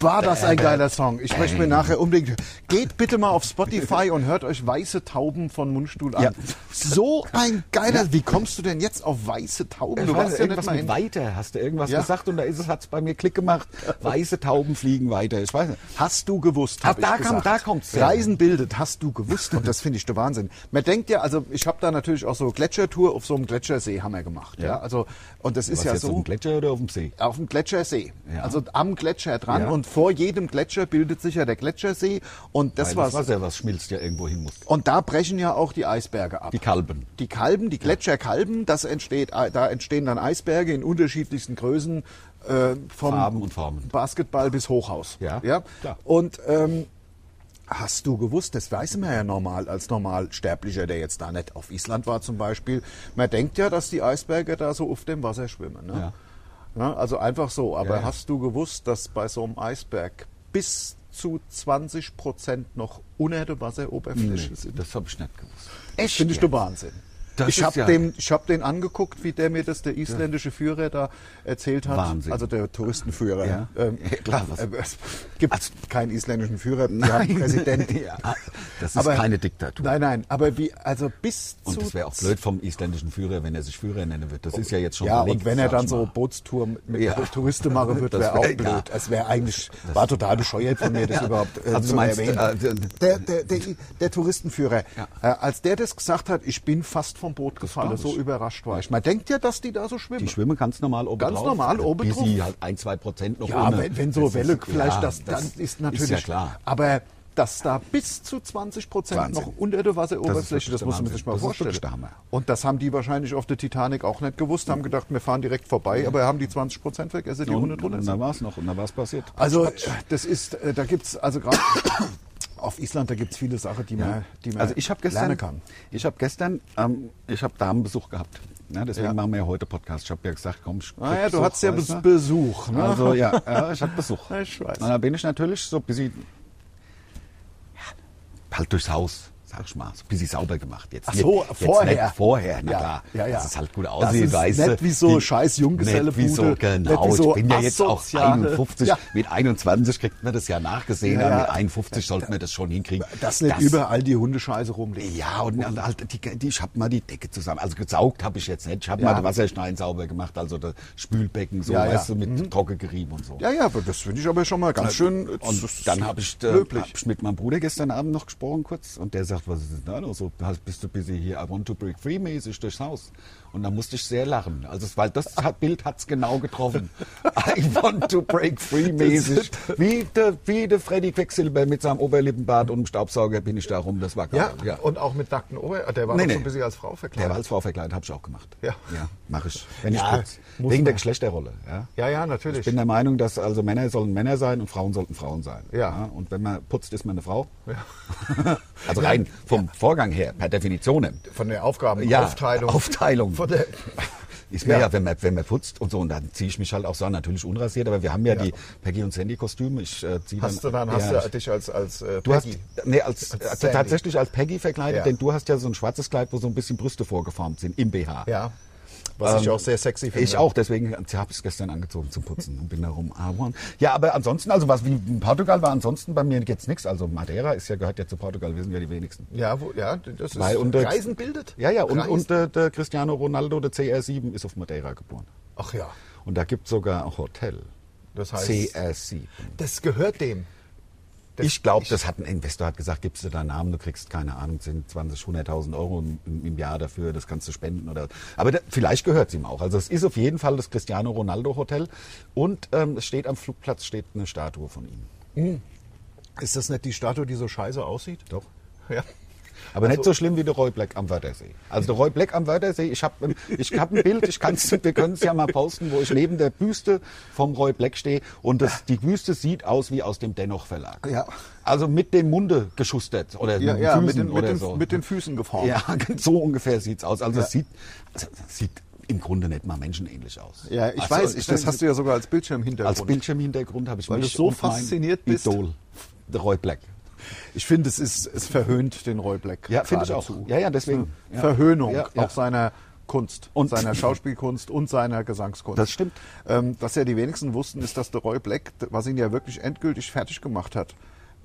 Speaker 2: War das ein geiler Song? Ich möchte mir nachher unbedingt. Geht bitte mal auf Spotify und hört euch Weiße Tauben von Mundstuhl an.
Speaker 1: Ja.
Speaker 2: So ein geiler. Wie kommst du denn jetzt auf Weiße Tauben?
Speaker 1: Du
Speaker 2: Du warst
Speaker 1: hast
Speaker 2: ja nicht
Speaker 1: Äh, irgendwas
Speaker 2: mal
Speaker 1: mit
Speaker 2: in
Speaker 1: weiter, hast du irgendwas
Speaker 2: Ja.
Speaker 1: gesagt und da ist es, hat's bei mir Klick
Speaker 2: [LAUGHS]
Speaker 1: gemacht. Weiße Tauben fliegen weiter. Ich weiß nicht.
Speaker 2: Hast du gewusst?
Speaker 1: Ah,
Speaker 2: hab
Speaker 1: da
Speaker 2: ich
Speaker 1: kam-
Speaker 2: gesagt.
Speaker 1: da kommt's her.
Speaker 2: Reisen bildet, hast du gewusst. Und das finde ich der Wahnsinn. Man denkt ja, also ich habe da natürlich auch so Gletschertour auf so einem Gletschersee haben wir gemacht. Ja.
Speaker 1: Ja.
Speaker 2: also, und das ist
Speaker 1: Was
Speaker 2: ja
Speaker 1: jetzt auf
Speaker 2: so.
Speaker 1: dem Gletscher oder auf dem See?
Speaker 2: Auf dem Gletschersee.
Speaker 1: Ja.
Speaker 2: Also am Gletscher dran.
Speaker 1: Ja.
Speaker 2: Und vor jedem Gletscher bildet sich ja der Gletschersee. Und das
Speaker 1: Weil
Speaker 2: war's.
Speaker 1: Wasser, was schmilzt, ja irgendwo hin muss.
Speaker 2: Und da brechen ja auch die Eisberge ab.
Speaker 1: Die Kalben.
Speaker 2: Die Kalben, die Gletscherkalben, das entsteht, äh, da entstehen dann Eisberge in unterschiedlichsten Größen, äh, vom
Speaker 1: Farben und Formen.
Speaker 2: Basketball bis Hochhaus.
Speaker 1: Ja,
Speaker 2: ja?
Speaker 1: klar.
Speaker 2: Und ähm, hast du gewusst, das weiß man ja normal als Normalsterblicher, der jetzt da nicht auf Island war zum Beispiel, man denkt ja, dass die Eisberge da so auf dem Wasser schwimmen. Ne? Ja, also einfach so. Aber
Speaker 1: Ja, ja.
Speaker 2: hast du gewusst, dass bei so einem Eisberg bis zu 20 Prozent noch unter der Wasseroberfläche sind?
Speaker 1: das habe ich nicht gewusst.
Speaker 2: Echt? Finde ich der Wahnsinn.
Speaker 1: Das
Speaker 2: ich
Speaker 1: ist
Speaker 2: habe
Speaker 1: ja-
Speaker 2: dem, ich hab den angeguckt, wie der mir das der isländische Führer da erzählt hat.
Speaker 1: Wahnsinn.
Speaker 2: Also der Touristenführer.
Speaker 1: Ja.
Speaker 2: Ähm,
Speaker 1: Ja, klar, was- Also-
Speaker 2: äh, es gibt keinen isländischen Führer, wir haben einen
Speaker 1: Nein.
Speaker 2: Präsidenten.
Speaker 1: [LAUGHS] Ja, das ist keine Diktatur.
Speaker 2: Nein, nein, aber wie, also bis zu...
Speaker 1: Und das wäre auch blöd vom isländischen Führer, wenn er sich Führer nennen würde. Das ist ja jetzt schon
Speaker 2: Oh, Ja,
Speaker 1: belegt,
Speaker 2: und wenn er
Speaker 1: sag
Speaker 2: dann
Speaker 1: ich
Speaker 2: so
Speaker 1: mal.
Speaker 2: Bootstouren mit
Speaker 1: Ja.
Speaker 2: Touristen machen würde,
Speaker 1: [LAUGHS] Das
Speaker 2: wäre
Speaker 1: wär-
Speaker 2: auch
Speaker 1: ja.
Speaker 2: blöd. Es wäre eigentlich, war total bescheuert von mir, das überhaupt äh,
Speaker 1: Also
Speaker 2: zu
Speaker 1: du meinst,
Speaker 2: erwähnen.
Speaker 1: äh,
Speaker 2: der, der, der, der Touristenführer, äh, als der das gesagt hat, ich bin fast vom Boot gefallen,
Speaker 1: glaub ich.
Speaker 2: so überrascht war ich. Man denkt ja, dass die da so schwimmen.
Speaker 1: Die schwimmen ganz normal oben
Speaker 2: Ganz
Speaker 1: drauf.
Speaker 2: normal oben
Speaker 1: Bis
Speaker 2: drauf.
Speaker 1: sie halt ein, zwei Prozent noch
Speaker 2: ja,
Speaker 1: ohne.
Speaker 2: wenn, wenn so
Speaker 1: Das
Speaker 2: Welle
Speaker 1: ist-
Speaker 2: vielleicht,
Speaker 1: ja,
Speaker 2: das, dann ist natürlich.
Speaker 1: Ist ja klar.
Speaker 2: Aber dass da bis zu 20 Prozent
Speaker 1: Wahnsinn.
Speaker 2: noch unter der Wasseroberfläche,
Speaker 1: wirklich
Speaker 2: das,
Speaker 1: der
Speaker 2: muss man
Speaker 1: Wahnsinn.
Speaker 2: sich mal
Speaker 1: Das ist
Speaker 2: vorstellen.
Speaker 1: wirklich der Hammer.
Speaker 2: Und das haben die wahrscheinlich auf der Titanic auch nicht gewusst, haben gedacht, wir fahren direkt vorbei, aber haben die 20 Prozent weg, also die
Speaker 1: Und,
Speaker 2: 100 drunter
Speaker 1: und
Speaker 2: sind.
Speaker 1: da war es noch und da war es passiert.
Speaker 2: Also das ist, äh, da gibt's also gerade [COUGHS] auf Island, da gibt's viele Sachen, die man, die man
Speaker 1: also ich habe
Speaker 2: lernen
Speaker 1: gestern,
Speaker 2: kann.
Speaker 1: ich habe gestern, ähm, ich habe Damenbesuch gehabt. Ne, deswegen
Speaker 2: Ja.
Speaker 1: machen wir ja heute Podcast. Ich habe ja gesagt, komm, ich
Speaker 2: Ah
Speaker 1: krieg
Speaker 2: ja, du
Speaker 1: Besuch,
Speaker 2: hattest ja
Speaker 1: weißt
Speaker 2: Bes-
Speaker 1: du?
Speaker 2: Besuch. Ne?
Speaker 1: Also ja, ja ich hatte Besuch.
Speaker 2: Ja, [LAUGHS] ich weiß.
Speaker 1: Und da bin ich natürlich so ein bisschen ja, halt durchs Haus, sag ich mal, so ein bisschen sauber gemacht. Jetzt
Speaker 2: Ach so,
Speaker 1: nicht,
Speaker 2: vorher.
Speaker 1: Jetzt nicht vorher, na
Speaker 2: Ja,
Speaker 1: klar.
Speaker 2: ja, ja.
Speaker 1: Dass es halt gut
Speaker 2: Das
Speaker 1: aussieht,
Speaker 2: ist
Speaker 1: weißt du.
Speaker 2: nicht wie so
Speaker 1: Die-
Speaker 2: scheiß Junggesellebude,
Speaker 1: Nicht wie so,
Speaker 2: nicht
Speaker 1: genau.
Speaker 2: wie so
Speaker 1: ich bin ja jetzt auch
Speaker 2: asoziale-
Speaker 1: 51.
Speaker 2: Ja.
Speaker 1: Mit 21 kriegt man das ja nachgesehen.
Speaker 2: Ja,
Speaker 1: aber
Speaker 2: ja.
Speaker 1: Mit 51 sollte man das schon hinkriegen.
Speaker 2: Dass nicht überall die Hundescheiße rumliegt.
Speaker 1: Ja, und und halt, die, die, ich hab mal die Decke zusammen. Also gesaugt habe ich jetzt nicht. Ich hab
Speaker 2: Ja.
Speaker 1: mal den Wasserstein sauber gemacht, also das Spülbecken, so,
Speaker 2: Ja, ja.
Speaker 1: weißt du, mit Trocke gerieben und so.
Speaker 2: Ja, ja, aber das finde ich aber schon mal ganz schön.
Speaker 1: Und dann habe ich, äh,
Speaker 2: löblich.
Speaker 1: hab ich mit meinem Bruder gestern Abend noch gesprochen kurz und der sagt, was ist denn da los? So, halt bist du busy hier, I want to break free mäßig durchs Haus. Und da musste ich sehr lachen. Also, es- weil das hat, Bild hat's genau
Speaker 2: [LAUGHS]
Speaker 1: getroffen. I want to break free mäßig. Wie der, wie der Freddy Quecksilber mit seinem Oberlippenbart und dem Staubsauger bin ich da rum. Das war geil.
Speaker 2: Ja, und auch mit nackten Ober... Der war
Speaker 1: Nee,
Speaker 2: doch so
Speaker 1: nee.
Speaker 2: ein bisschen als Frau
Speaker 1: Der war
Speaker 2: verkleidet.
Speaker 1: als Frau verkleidet, habe ich auch gemacht.
Speaker 2: Ja.
Speaker 1: ja mache ich. Wenn ich
Speaker 2: Ja,
Speaker 1: kurz.
Speaker 2: muss
Speaker 1: Wegen der
Speaker 2: man.
Speaker 1: Geschlechterrolle. Ja.
Speaker 2: Ja, ja,
Speaker 1: Ich
Speaker 2: natürlich.
Speaker 1: bin der Meinung, dass also Männer sollen Männer sein und Frauen sollten Frauen sein.
Speaker 2: Ja.
Speaker 1: und wenn man putzt, ist man eine Frau.
Speaker 2: Ja.
Speaker 1: [LAUGHS] Also rein vom Vorgang her, per Definition.
Speaker 2: Von der Aufgaben,
Speaker 1: Ja,
Speaker 2: Aufteilung.
Speaker 1: Aufteilung.
Speaker 2: Von der,
Speaker 1: [LAUGHS] Ist mir ja,
Speaker 2: Ja.
Speaker 1: wenn, man, wenn man putzt und so, und dann ziehe ich mich halt auch so an, natürlich unrasiert, aber wir haben ja, die Peggy und Sandy-Kostüme. Ich äh, ziehe
Speaker 2: hast du dann hast
Speaker 1: ja,
Speaker 2: du
Speaker 1: ich-
Speaker 2: dich als, als äh,
Speaker 1: Du hast,
Speaker 2: Peggy.
Speaker 1: nee, als,
Speaker 2: Als
Speaker 1: äh,
Speaker 2: Sandy.
Speaker 1: tatsächlich als Peggy verkleidet,
Speaker 2: Ja.
Speaker 1: denn du hast ja so ein schwarzes Kleid, wo so ein bisschen Brüste vorgeformt sind im BH.
Speaker 2: Ja. Was ich auch sehr sexy finde.
Speaker 1: Ähm, Ich auch, deswegen habe ich es gestern angezogen zum Putzen und bin da rum. Ah, one. Ja, aber ansonsten, also was wie in Portugal war ansonsten bei mir jetzt nichts. Also Madeira ist ja, gehört ja zu Portugal, wissen ja die wenigsten.
Speaker 2: Ja, wo, ja, das ist
Speaker 1: Weil und, äh,
Speaker 2: Reisen bildet.
Speaker 1: Ja, ja, und,
Speaker 2: Reisen.
Speaker 1: und äh, der Cristiano Ronaldo, der CR7, ist auf Madeira geboren.
Speaker 2: Ach ja,
Speaker 1: Und da gibt es sogar ein Hotel.
Speaker 2: das heißt,
Speaker 1: CR7.
Speaker 2: das gehört dem. Das-
Speaker 1: ich glaube, das hat ein Investor hat gesagt, gibst du da einen Namen, du kriegst keine Ahnung, sind 20, 100.000 Euro im, im Jahr dafür, das kannst du spenden oder. Aber da, vielleicht gehört es ihm auch. Also es ist auf jeden Fall das Cristiano Ronaldo Hotel und ähm, es steht am Flugplatz steht eine Statue von ihm.
Speaker 2: Ist das nicht die Statue, die so scheiße aussieht?
Speaker 1: Doch.
Speaker 2: Ja.
Speaker 1: Aber
Speaker 2: Also
Speaker 1: nicht so schlimm wie der Roy Black am Wörthersee. Also der Roy Black am Wörthersee, ich habe ich hab ein Bild, ich kann's, wir können es ja mal posten, wo ich neben der Büste vom Roy Black stehe und das, die Büste sieht aus wie aus dem Dennoch Verlag.
Speaker 2: Ja.
Speaker 1: Also mit dem Munde geschustert oder
Speaker 2: Ja,
Speaker 1: mit den
Speaker 2: ja,
Speaker 1: Füßen
Speaker 2: mit den- mit
Speaker 1: oder
Speaker 2: den-
Speaker 1: so.
Speaker 2: mit den Füßen geformt.
Speaker 1: Ja, [LAUGHS] so ungefähr sieht's aus. Also es sieht, also es sieht im Grunde nicht mal menschenähnlich aus.
Speaker 2: Ja, ich
Speaker 1: Also,
Speaker 2: weiß, ich, das hast du ja sogar als Bildschirmhintergrund.
Speaker 1: als Bildschirmhintergrund habe ich
Speaker 2: Weil
Speaker 1: mich
Speaker 2: du so
Speaker 1: und mein
Speaker 2: fasziniert bist.
Speaker 1: Idol, der Roy Black.
Speaker 2: Ich finde, es ist es verhöhnt den Roy Black.
Speaker 1: Ja, finde ich auch.
Speaker 2: geradezu. Hm.
Speaker 1: Ja, ja, deswegen. Ja.
Speaker 2: Verhöhnung
Speaker 1: Ja, ja.
Speaker 2: auch seiner Kunst,
Speaker 1: Und-
Speaker 2: seiner Schauspielkunst und seiner Gesangskunst.
Speaker 1: Das stimmt.
Speaker 2: Ähm, was ja die wenigsten wussten, ist, dass der Roy Black, was ihn ja wirklich endgültig fertig gemacht hat.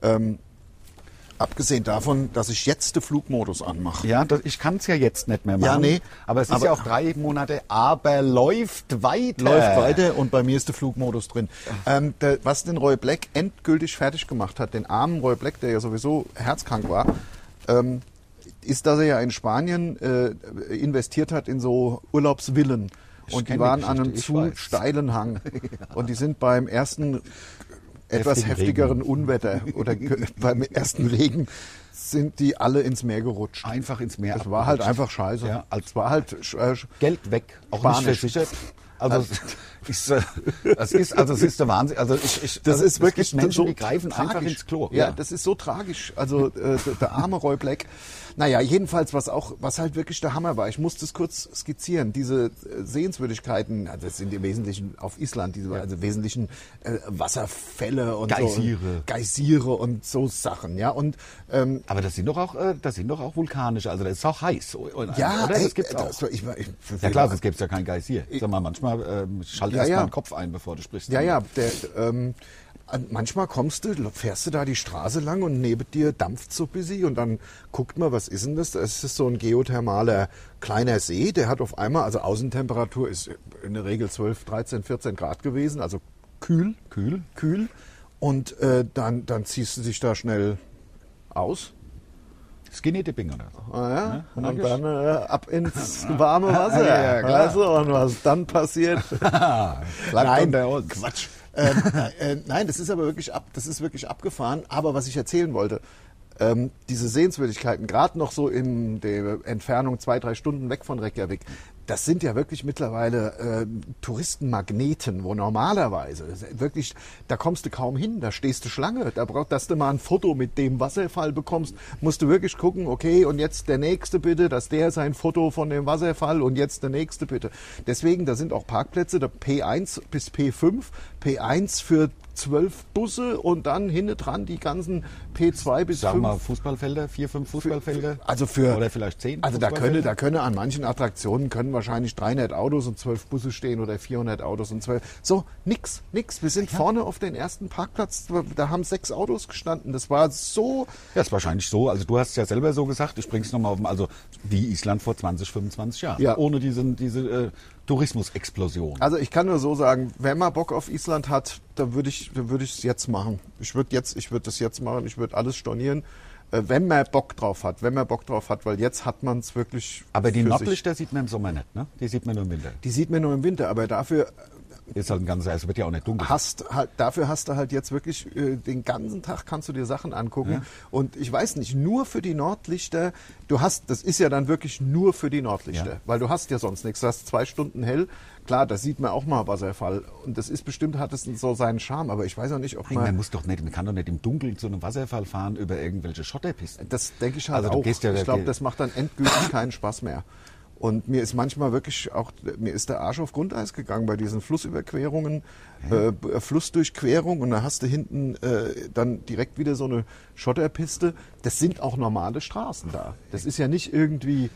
Speaker 2: Ähm, abgesehen davon, dass ich jetzt den Flugmodus anmache.
Speaker 1: Ja, das, ich kann's ja jetzt nicht mehr machen.
Speaker 2: Ja, nee.
Speaker 1: Aber es ist
Speaker 2: Aber-
Speaker 1: ja auch drei Monate, aber läuft weiter.
Speaker 2: Läuft weiter und bei mir ist der Flugmodus drin. Ähm, der, was den Roy Black endgültig fertig gemacht hat, den armen Roy Black, der ja sowieso herzkrank war, ähm, ist, dass er ja in Spanien äh, investiert hat in so Urlaubsvillen.
Speaker 1: Ich
Speaker 2: Und
Speaker 1: kenn
Speaker 2: die
Speaker 1: die
Speaker 2: waren an einem
Speaker 1: Geschichte,
Speaker 2: zu
Speaker 1: ich weiß.
Speaker 2: steilen Hang.
Speaker 1: [LAUGHS]
Speaker 2: Und die sind beim ersten etwas
Speaker 1: Heftigen [LAUGHS]
Speaker 2: heftigeren Unwetter oder ge- beim ersten Regen sind die alle ins Meer gerutscht.
Speaker 1: Einfach ins Meer.
Speaker 2: Das war halt
Speaker 1: abgerutscht.
Speaker 2: einfach scheiße.
Speaker 1: Ja,
Speaker 2: es war halt sch- äh, sch-
Speaker 1: Geld weg, auch nicht
Speaker 2: Spanisch.
Speaker 1: versichert. Also,
Speaker 2: [LAUGHS]
Speaker 1: ich, äh, das ist, also, es ist der Wahnsinn. Also, ich, ich,
Speaker 2: Das
Speaker 1: also,
Speaker 2: ist wirklich
Speaker 1: es gibt Menschen,
Speaker 2: so
Speaker 1: die greifen einfach ins Klo.
Speaker 2: Ja, das ist so tragisch. Also äh, der- der arme Roy Black. Naja, jedenfalls, was auch, was halt wirklich der Hammer war, ich musste es kurz skizzieren, diese äh, Sehenswürdigkeiten, also das sind im Wesentlichen auf Island, diese also wesentlichen äh, Wasserfälle und
Speaker 1: Geysire.
Speaker 2: so. Geysire und so Sachen, ja. Und ähm,
Speaker 1: aber das sind doch auch, äh, das sind doch auch vulkanische. Also, das ist auch heiß. Oder?
Speaker 2: ja,
Speaker 1: oder?
Speaker 2: ey,
Speaker 1: das gibt's auch.
Speaker 2: das war- ich, war- ich,
Speaker 1: ja klar, sonst gäbe es ja kein Geist hier. Sag mal, manchmal ähm, schalt
Speaker 2: Ja,
Speaker 1: erst
Speaker 2: ja.
Speaker 1: mal den Kopf ein, bevor du sprichst.
Speaker 2: Ja, ja. Der, ähm, manchmal kommst du, fährst du da die Straße lang und neben dir dampft so busy und dann guckt man, was ist denn das? Es ist so ein geothermaler kleiner See, der hat auf einmal, also Außentemperatur ist in der Regel 12, 13, 14 Grad gewesen, also kühl.
Speaker 1: Kühl.
Speaker 2: Kühl. Und äh, dann, dann ziehst du dich da schnell aus.
Speaker 1: Skinny Dipping oder so.
Speaker 2: Ah, ja. und
Speaker 1: logisch.
Speaker 2: dann äh,
Speaker 1: [LAUGHS]
Speaker 2: ab ins warme Wasser.
Speaker 1: Ja, ja, klar.
Speaker 2: weißt du? Und was dann passiert,
Speaker 1: [LAUGHS] Bleibt
Speaker 2: Nein,
Speaker 1: unter uns.
Speaker 2: Quatsch. ähm, äh, nein, das ist aber wirklich ab, das ist wirklich abgefahren. Aber was ich erzählen wollte, ähm, diese Sehenswürdigkeiten, gerade noch so in der Entfernung zwei, drei Stunden weg von Reykjavik, das sind ja wirklich mittlerweile ähm, Touristenmagneten, wo normalerweise wirklich, da kommst du kaum hin, da stehst du Schlange, da brauchst dass du mal ein Foto mit dem Wasserfall bekommst, musst du wirklich gucken, okay, und jetzt der nächste bitte, dass der sein Foto von dem Wasserfall und jetzt der nächste bitte. Deswegen, da sind auch Parkplätze, der P1 bis P5, P1 für zwölf Busse und dann hinten dran die ganzen P2 bis
Speaker 1: Sagen wir mal
Speaker 2: 5.
Speaker 1: Fußballfelder, vier, fünf Fußballfelder.
Speaker 2: Also für
Speaker 1: Oder vielleicht zehn.
Speaker 2: Also da
Speaker 1: Fußballfelder.
Speaker 2: könne, da könne an manchen Attraktionen können wahrscheinlich 300 Autos und 12 Busse stehen oder 400 Autos und 12. So nix, nix. Wir sind vorne auf den ersten Parkplatz. Da haben sechs Autos gestanden. Das war so.
Speaker 1: Ja, ist wahrscheinlich so. Also du hast ja selber so gesagt, ich bring's nochmal auf den, also wie Island vor 20, 25 Jahren.
Speaker 2: Ja.
Speaker 1: Ohne diesen, diese äh, Tourismusexplosion.
Speaker 2: Also ich kann nur so sagen, wenn man Bock auf Island hat, dann würde ich, dann würde ich es jetzt machen. Ich würde jetzt, ich würde das jetzt machen. Ich würde alles stornieren. äh, wenn man Bock drauf hat, wenn man Bock drauf hat, weil jetzt hat man es wirklich.
Speaker 1: Aber die
Speaker 2: für sich.
Speaker 1: Nordlichter sieht man im Sommer nicht, ne? Die sieht man nur im Winter.
Speaker 2: Die sieht man nur im Winter, aber dafür
Speaker 1: Ist halt ein ganzer, es wird ja auch nicht dunkel.
Speaker 2: hast halt, dafür hast du halt jetzt wirklich äh, den ganzen Tag kannst du dir Sachen angucken. Und ich weiß nicht, nur für die Nordlichter, du hast, das ist ja dann wirklich nur für die Nordlichter,
Speaker 1: Ja.
Speaker 2: weil du hast ja sonst nichts. Du hast zwei Stunden hell, klar, da sieht man auch mal Wasserfall. Und das ist bestimmt, hat es so seinen Charme, aber ich weiß auch nicht, ob
Speaker 1: Man
Speaker 2: man.
Speaker 1: muss doch nicht, man kann doch nicht im Dunkeln zu einem Wasserfall fahren über irgendwelche Schotterpisten.
Speaker 2: Das denke ich halt
Speaker 1: Also du
Speaker 2: auch.
Speaker 1: gehst ja-
Speaker 2: ich glaube, das macht dann endgültig keinen Spaß mehr. Und mir ist manchmal wirklich auch, mir ist der Arsch auf Grundeis gegangen bei diesen Flussüberquerungen, äh, B- äh, Flussdurchquerung und da hast du hinten äh, dann direkt wieder so eine Schotterpiste. Das sind auch normale Straßen da. Das ist ja nicht irgendwie,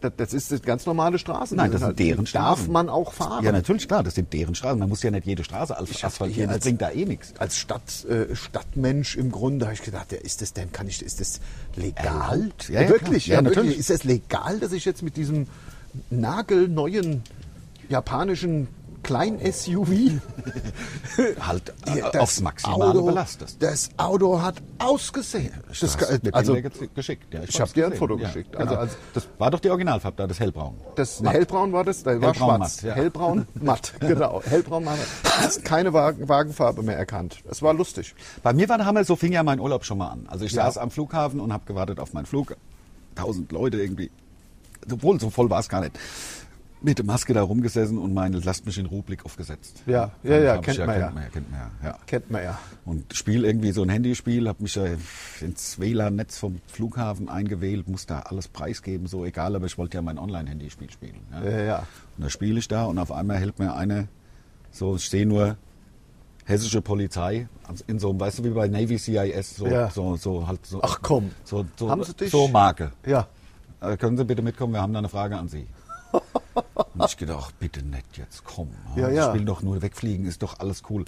Speaker 2: das, das ist ganz normale Straßen.
Speaker 1: Nein,
Speaker 2: Die
Speaker 1: das sind deren
Speaker 2: halt- Darf
Speaker 1: Straßen.
Speaker 2: man auch fahren.
Speaker 1: Ja, natürlich, klar, das sind deren Straßen. Man muss ja nicht jede Straße as-
Speaker 2: Ich hab hier
Speaker 1: asphaltieren, das
Speaker 2: als-
Speaker 1: bringt da eh nichts.
Speaker 2: Als Stadt, äh, Stadtmensch im Grunde habe ich gedacht, ja, ist das denn, kann ich, ist das legal?
Speaker 1: Erlaubt? Ja, ja,
Speaker 2: wirklich,
Speaker 1: klar. Ja,
Speaker 2: wirklich.
Speaker 1: natürlich.
Speaker 2: Ist das legal, dass ich jetzt mit diesem nagelneuen japanischen Klein-SUV
Speaker 1: [LAUGHS] Halt
Speaker 2: [LAUGHS] hier
Speaker 1: äh,
Speaker 2: das
Speaker 1: aufs Maximale
Speaker 2: Auto-
Speaker 1: belastest.
Speaker 2: Das Auto hat ausgesehen. Das,
Speaker 1: hast mir
Speaker 2: also,
Speaker 1: Bilder gezi- geschickt. Ja,
Speaker 2: ich
Speaker 1: hab's
Speaker 2: hab dir ein
Speaker 1: gesehen.
Speaker 2: Foto geschickt. Also
Speaker 1: Genau.
Speaker 2: als-
Speaker 1: das war doch die Originalfarbe da, das Hellbraun.
Speaker 2: das
Speaker 1: Matt.
Speaker 2: hellbraun war das, da war
Speaker 1: Hellbraun
Speaker 2: schwarz.
Speaker 1: matt, ja. [LAUGHS]
Speaker 2: Hellbraun matt, genau. Hellbraun matt. Hast keine Wagen, Wagenfarbe mehr erkannt. Es war lustig.
Speaker 1: Bei mir war der Hammer, so fing ja mein Urlaub schon mal an. Also ich
Speaker 2: Ja.
Speaker 1: saß am Flughafen und habe gewartet auf meinen Flug. Tausend Leute irgendwie. Obwohl, so voll war es gar nicht. Mit der Maske da rumgesessen und meine Lasst mich in Rubrik aufgesetzt.
Speaker 2: Ja, ja, ja,
Speaker 1: hab ich
Speaker 2: kennt man ja.
Speaker 1: Kennt man ja, kennt man ja. ja.
Speaker 2: Kennt man ja.
Speaker 1: Und spiel irgendwie so ein Handyspiel, habe mich da ins WLAN-Netz vom Flughafen eingewählt, muss da alles preisgeben, so egal, aber ich wollte ja mein Online-Handyspiel spielen. ja.
Speaker 2: Ja, ja.
Speaker 1: Und da spiele ich da und auf einmal hält mir eine, so ich stehe nur hessische Polizei, also in so einem, weißt du, wie bei Navy CIS, so,
Speaker 2: Ja.
Speaker 1: so, so halt so.
Speaker 2: Ach komm.
Speaker 1: So, so,
Speaker 2: Haben Sie dich?
Speaker 1: so Marke.
Speaker 2: Ja.
Speaker 1: Äh, können Sie bitte mitkommen, wir haben da eine Frage an
Speaker 2: [LAUGHS]
Speaker 1: Sie. Und ich gedacht, ach, bitte nicht jetzt, komm.
Speaker 2: Ja,
Speaker 1: ich
Speaker 2: ja.
Speaker 1: will doch nur wegfliegen, ist doch alles cool.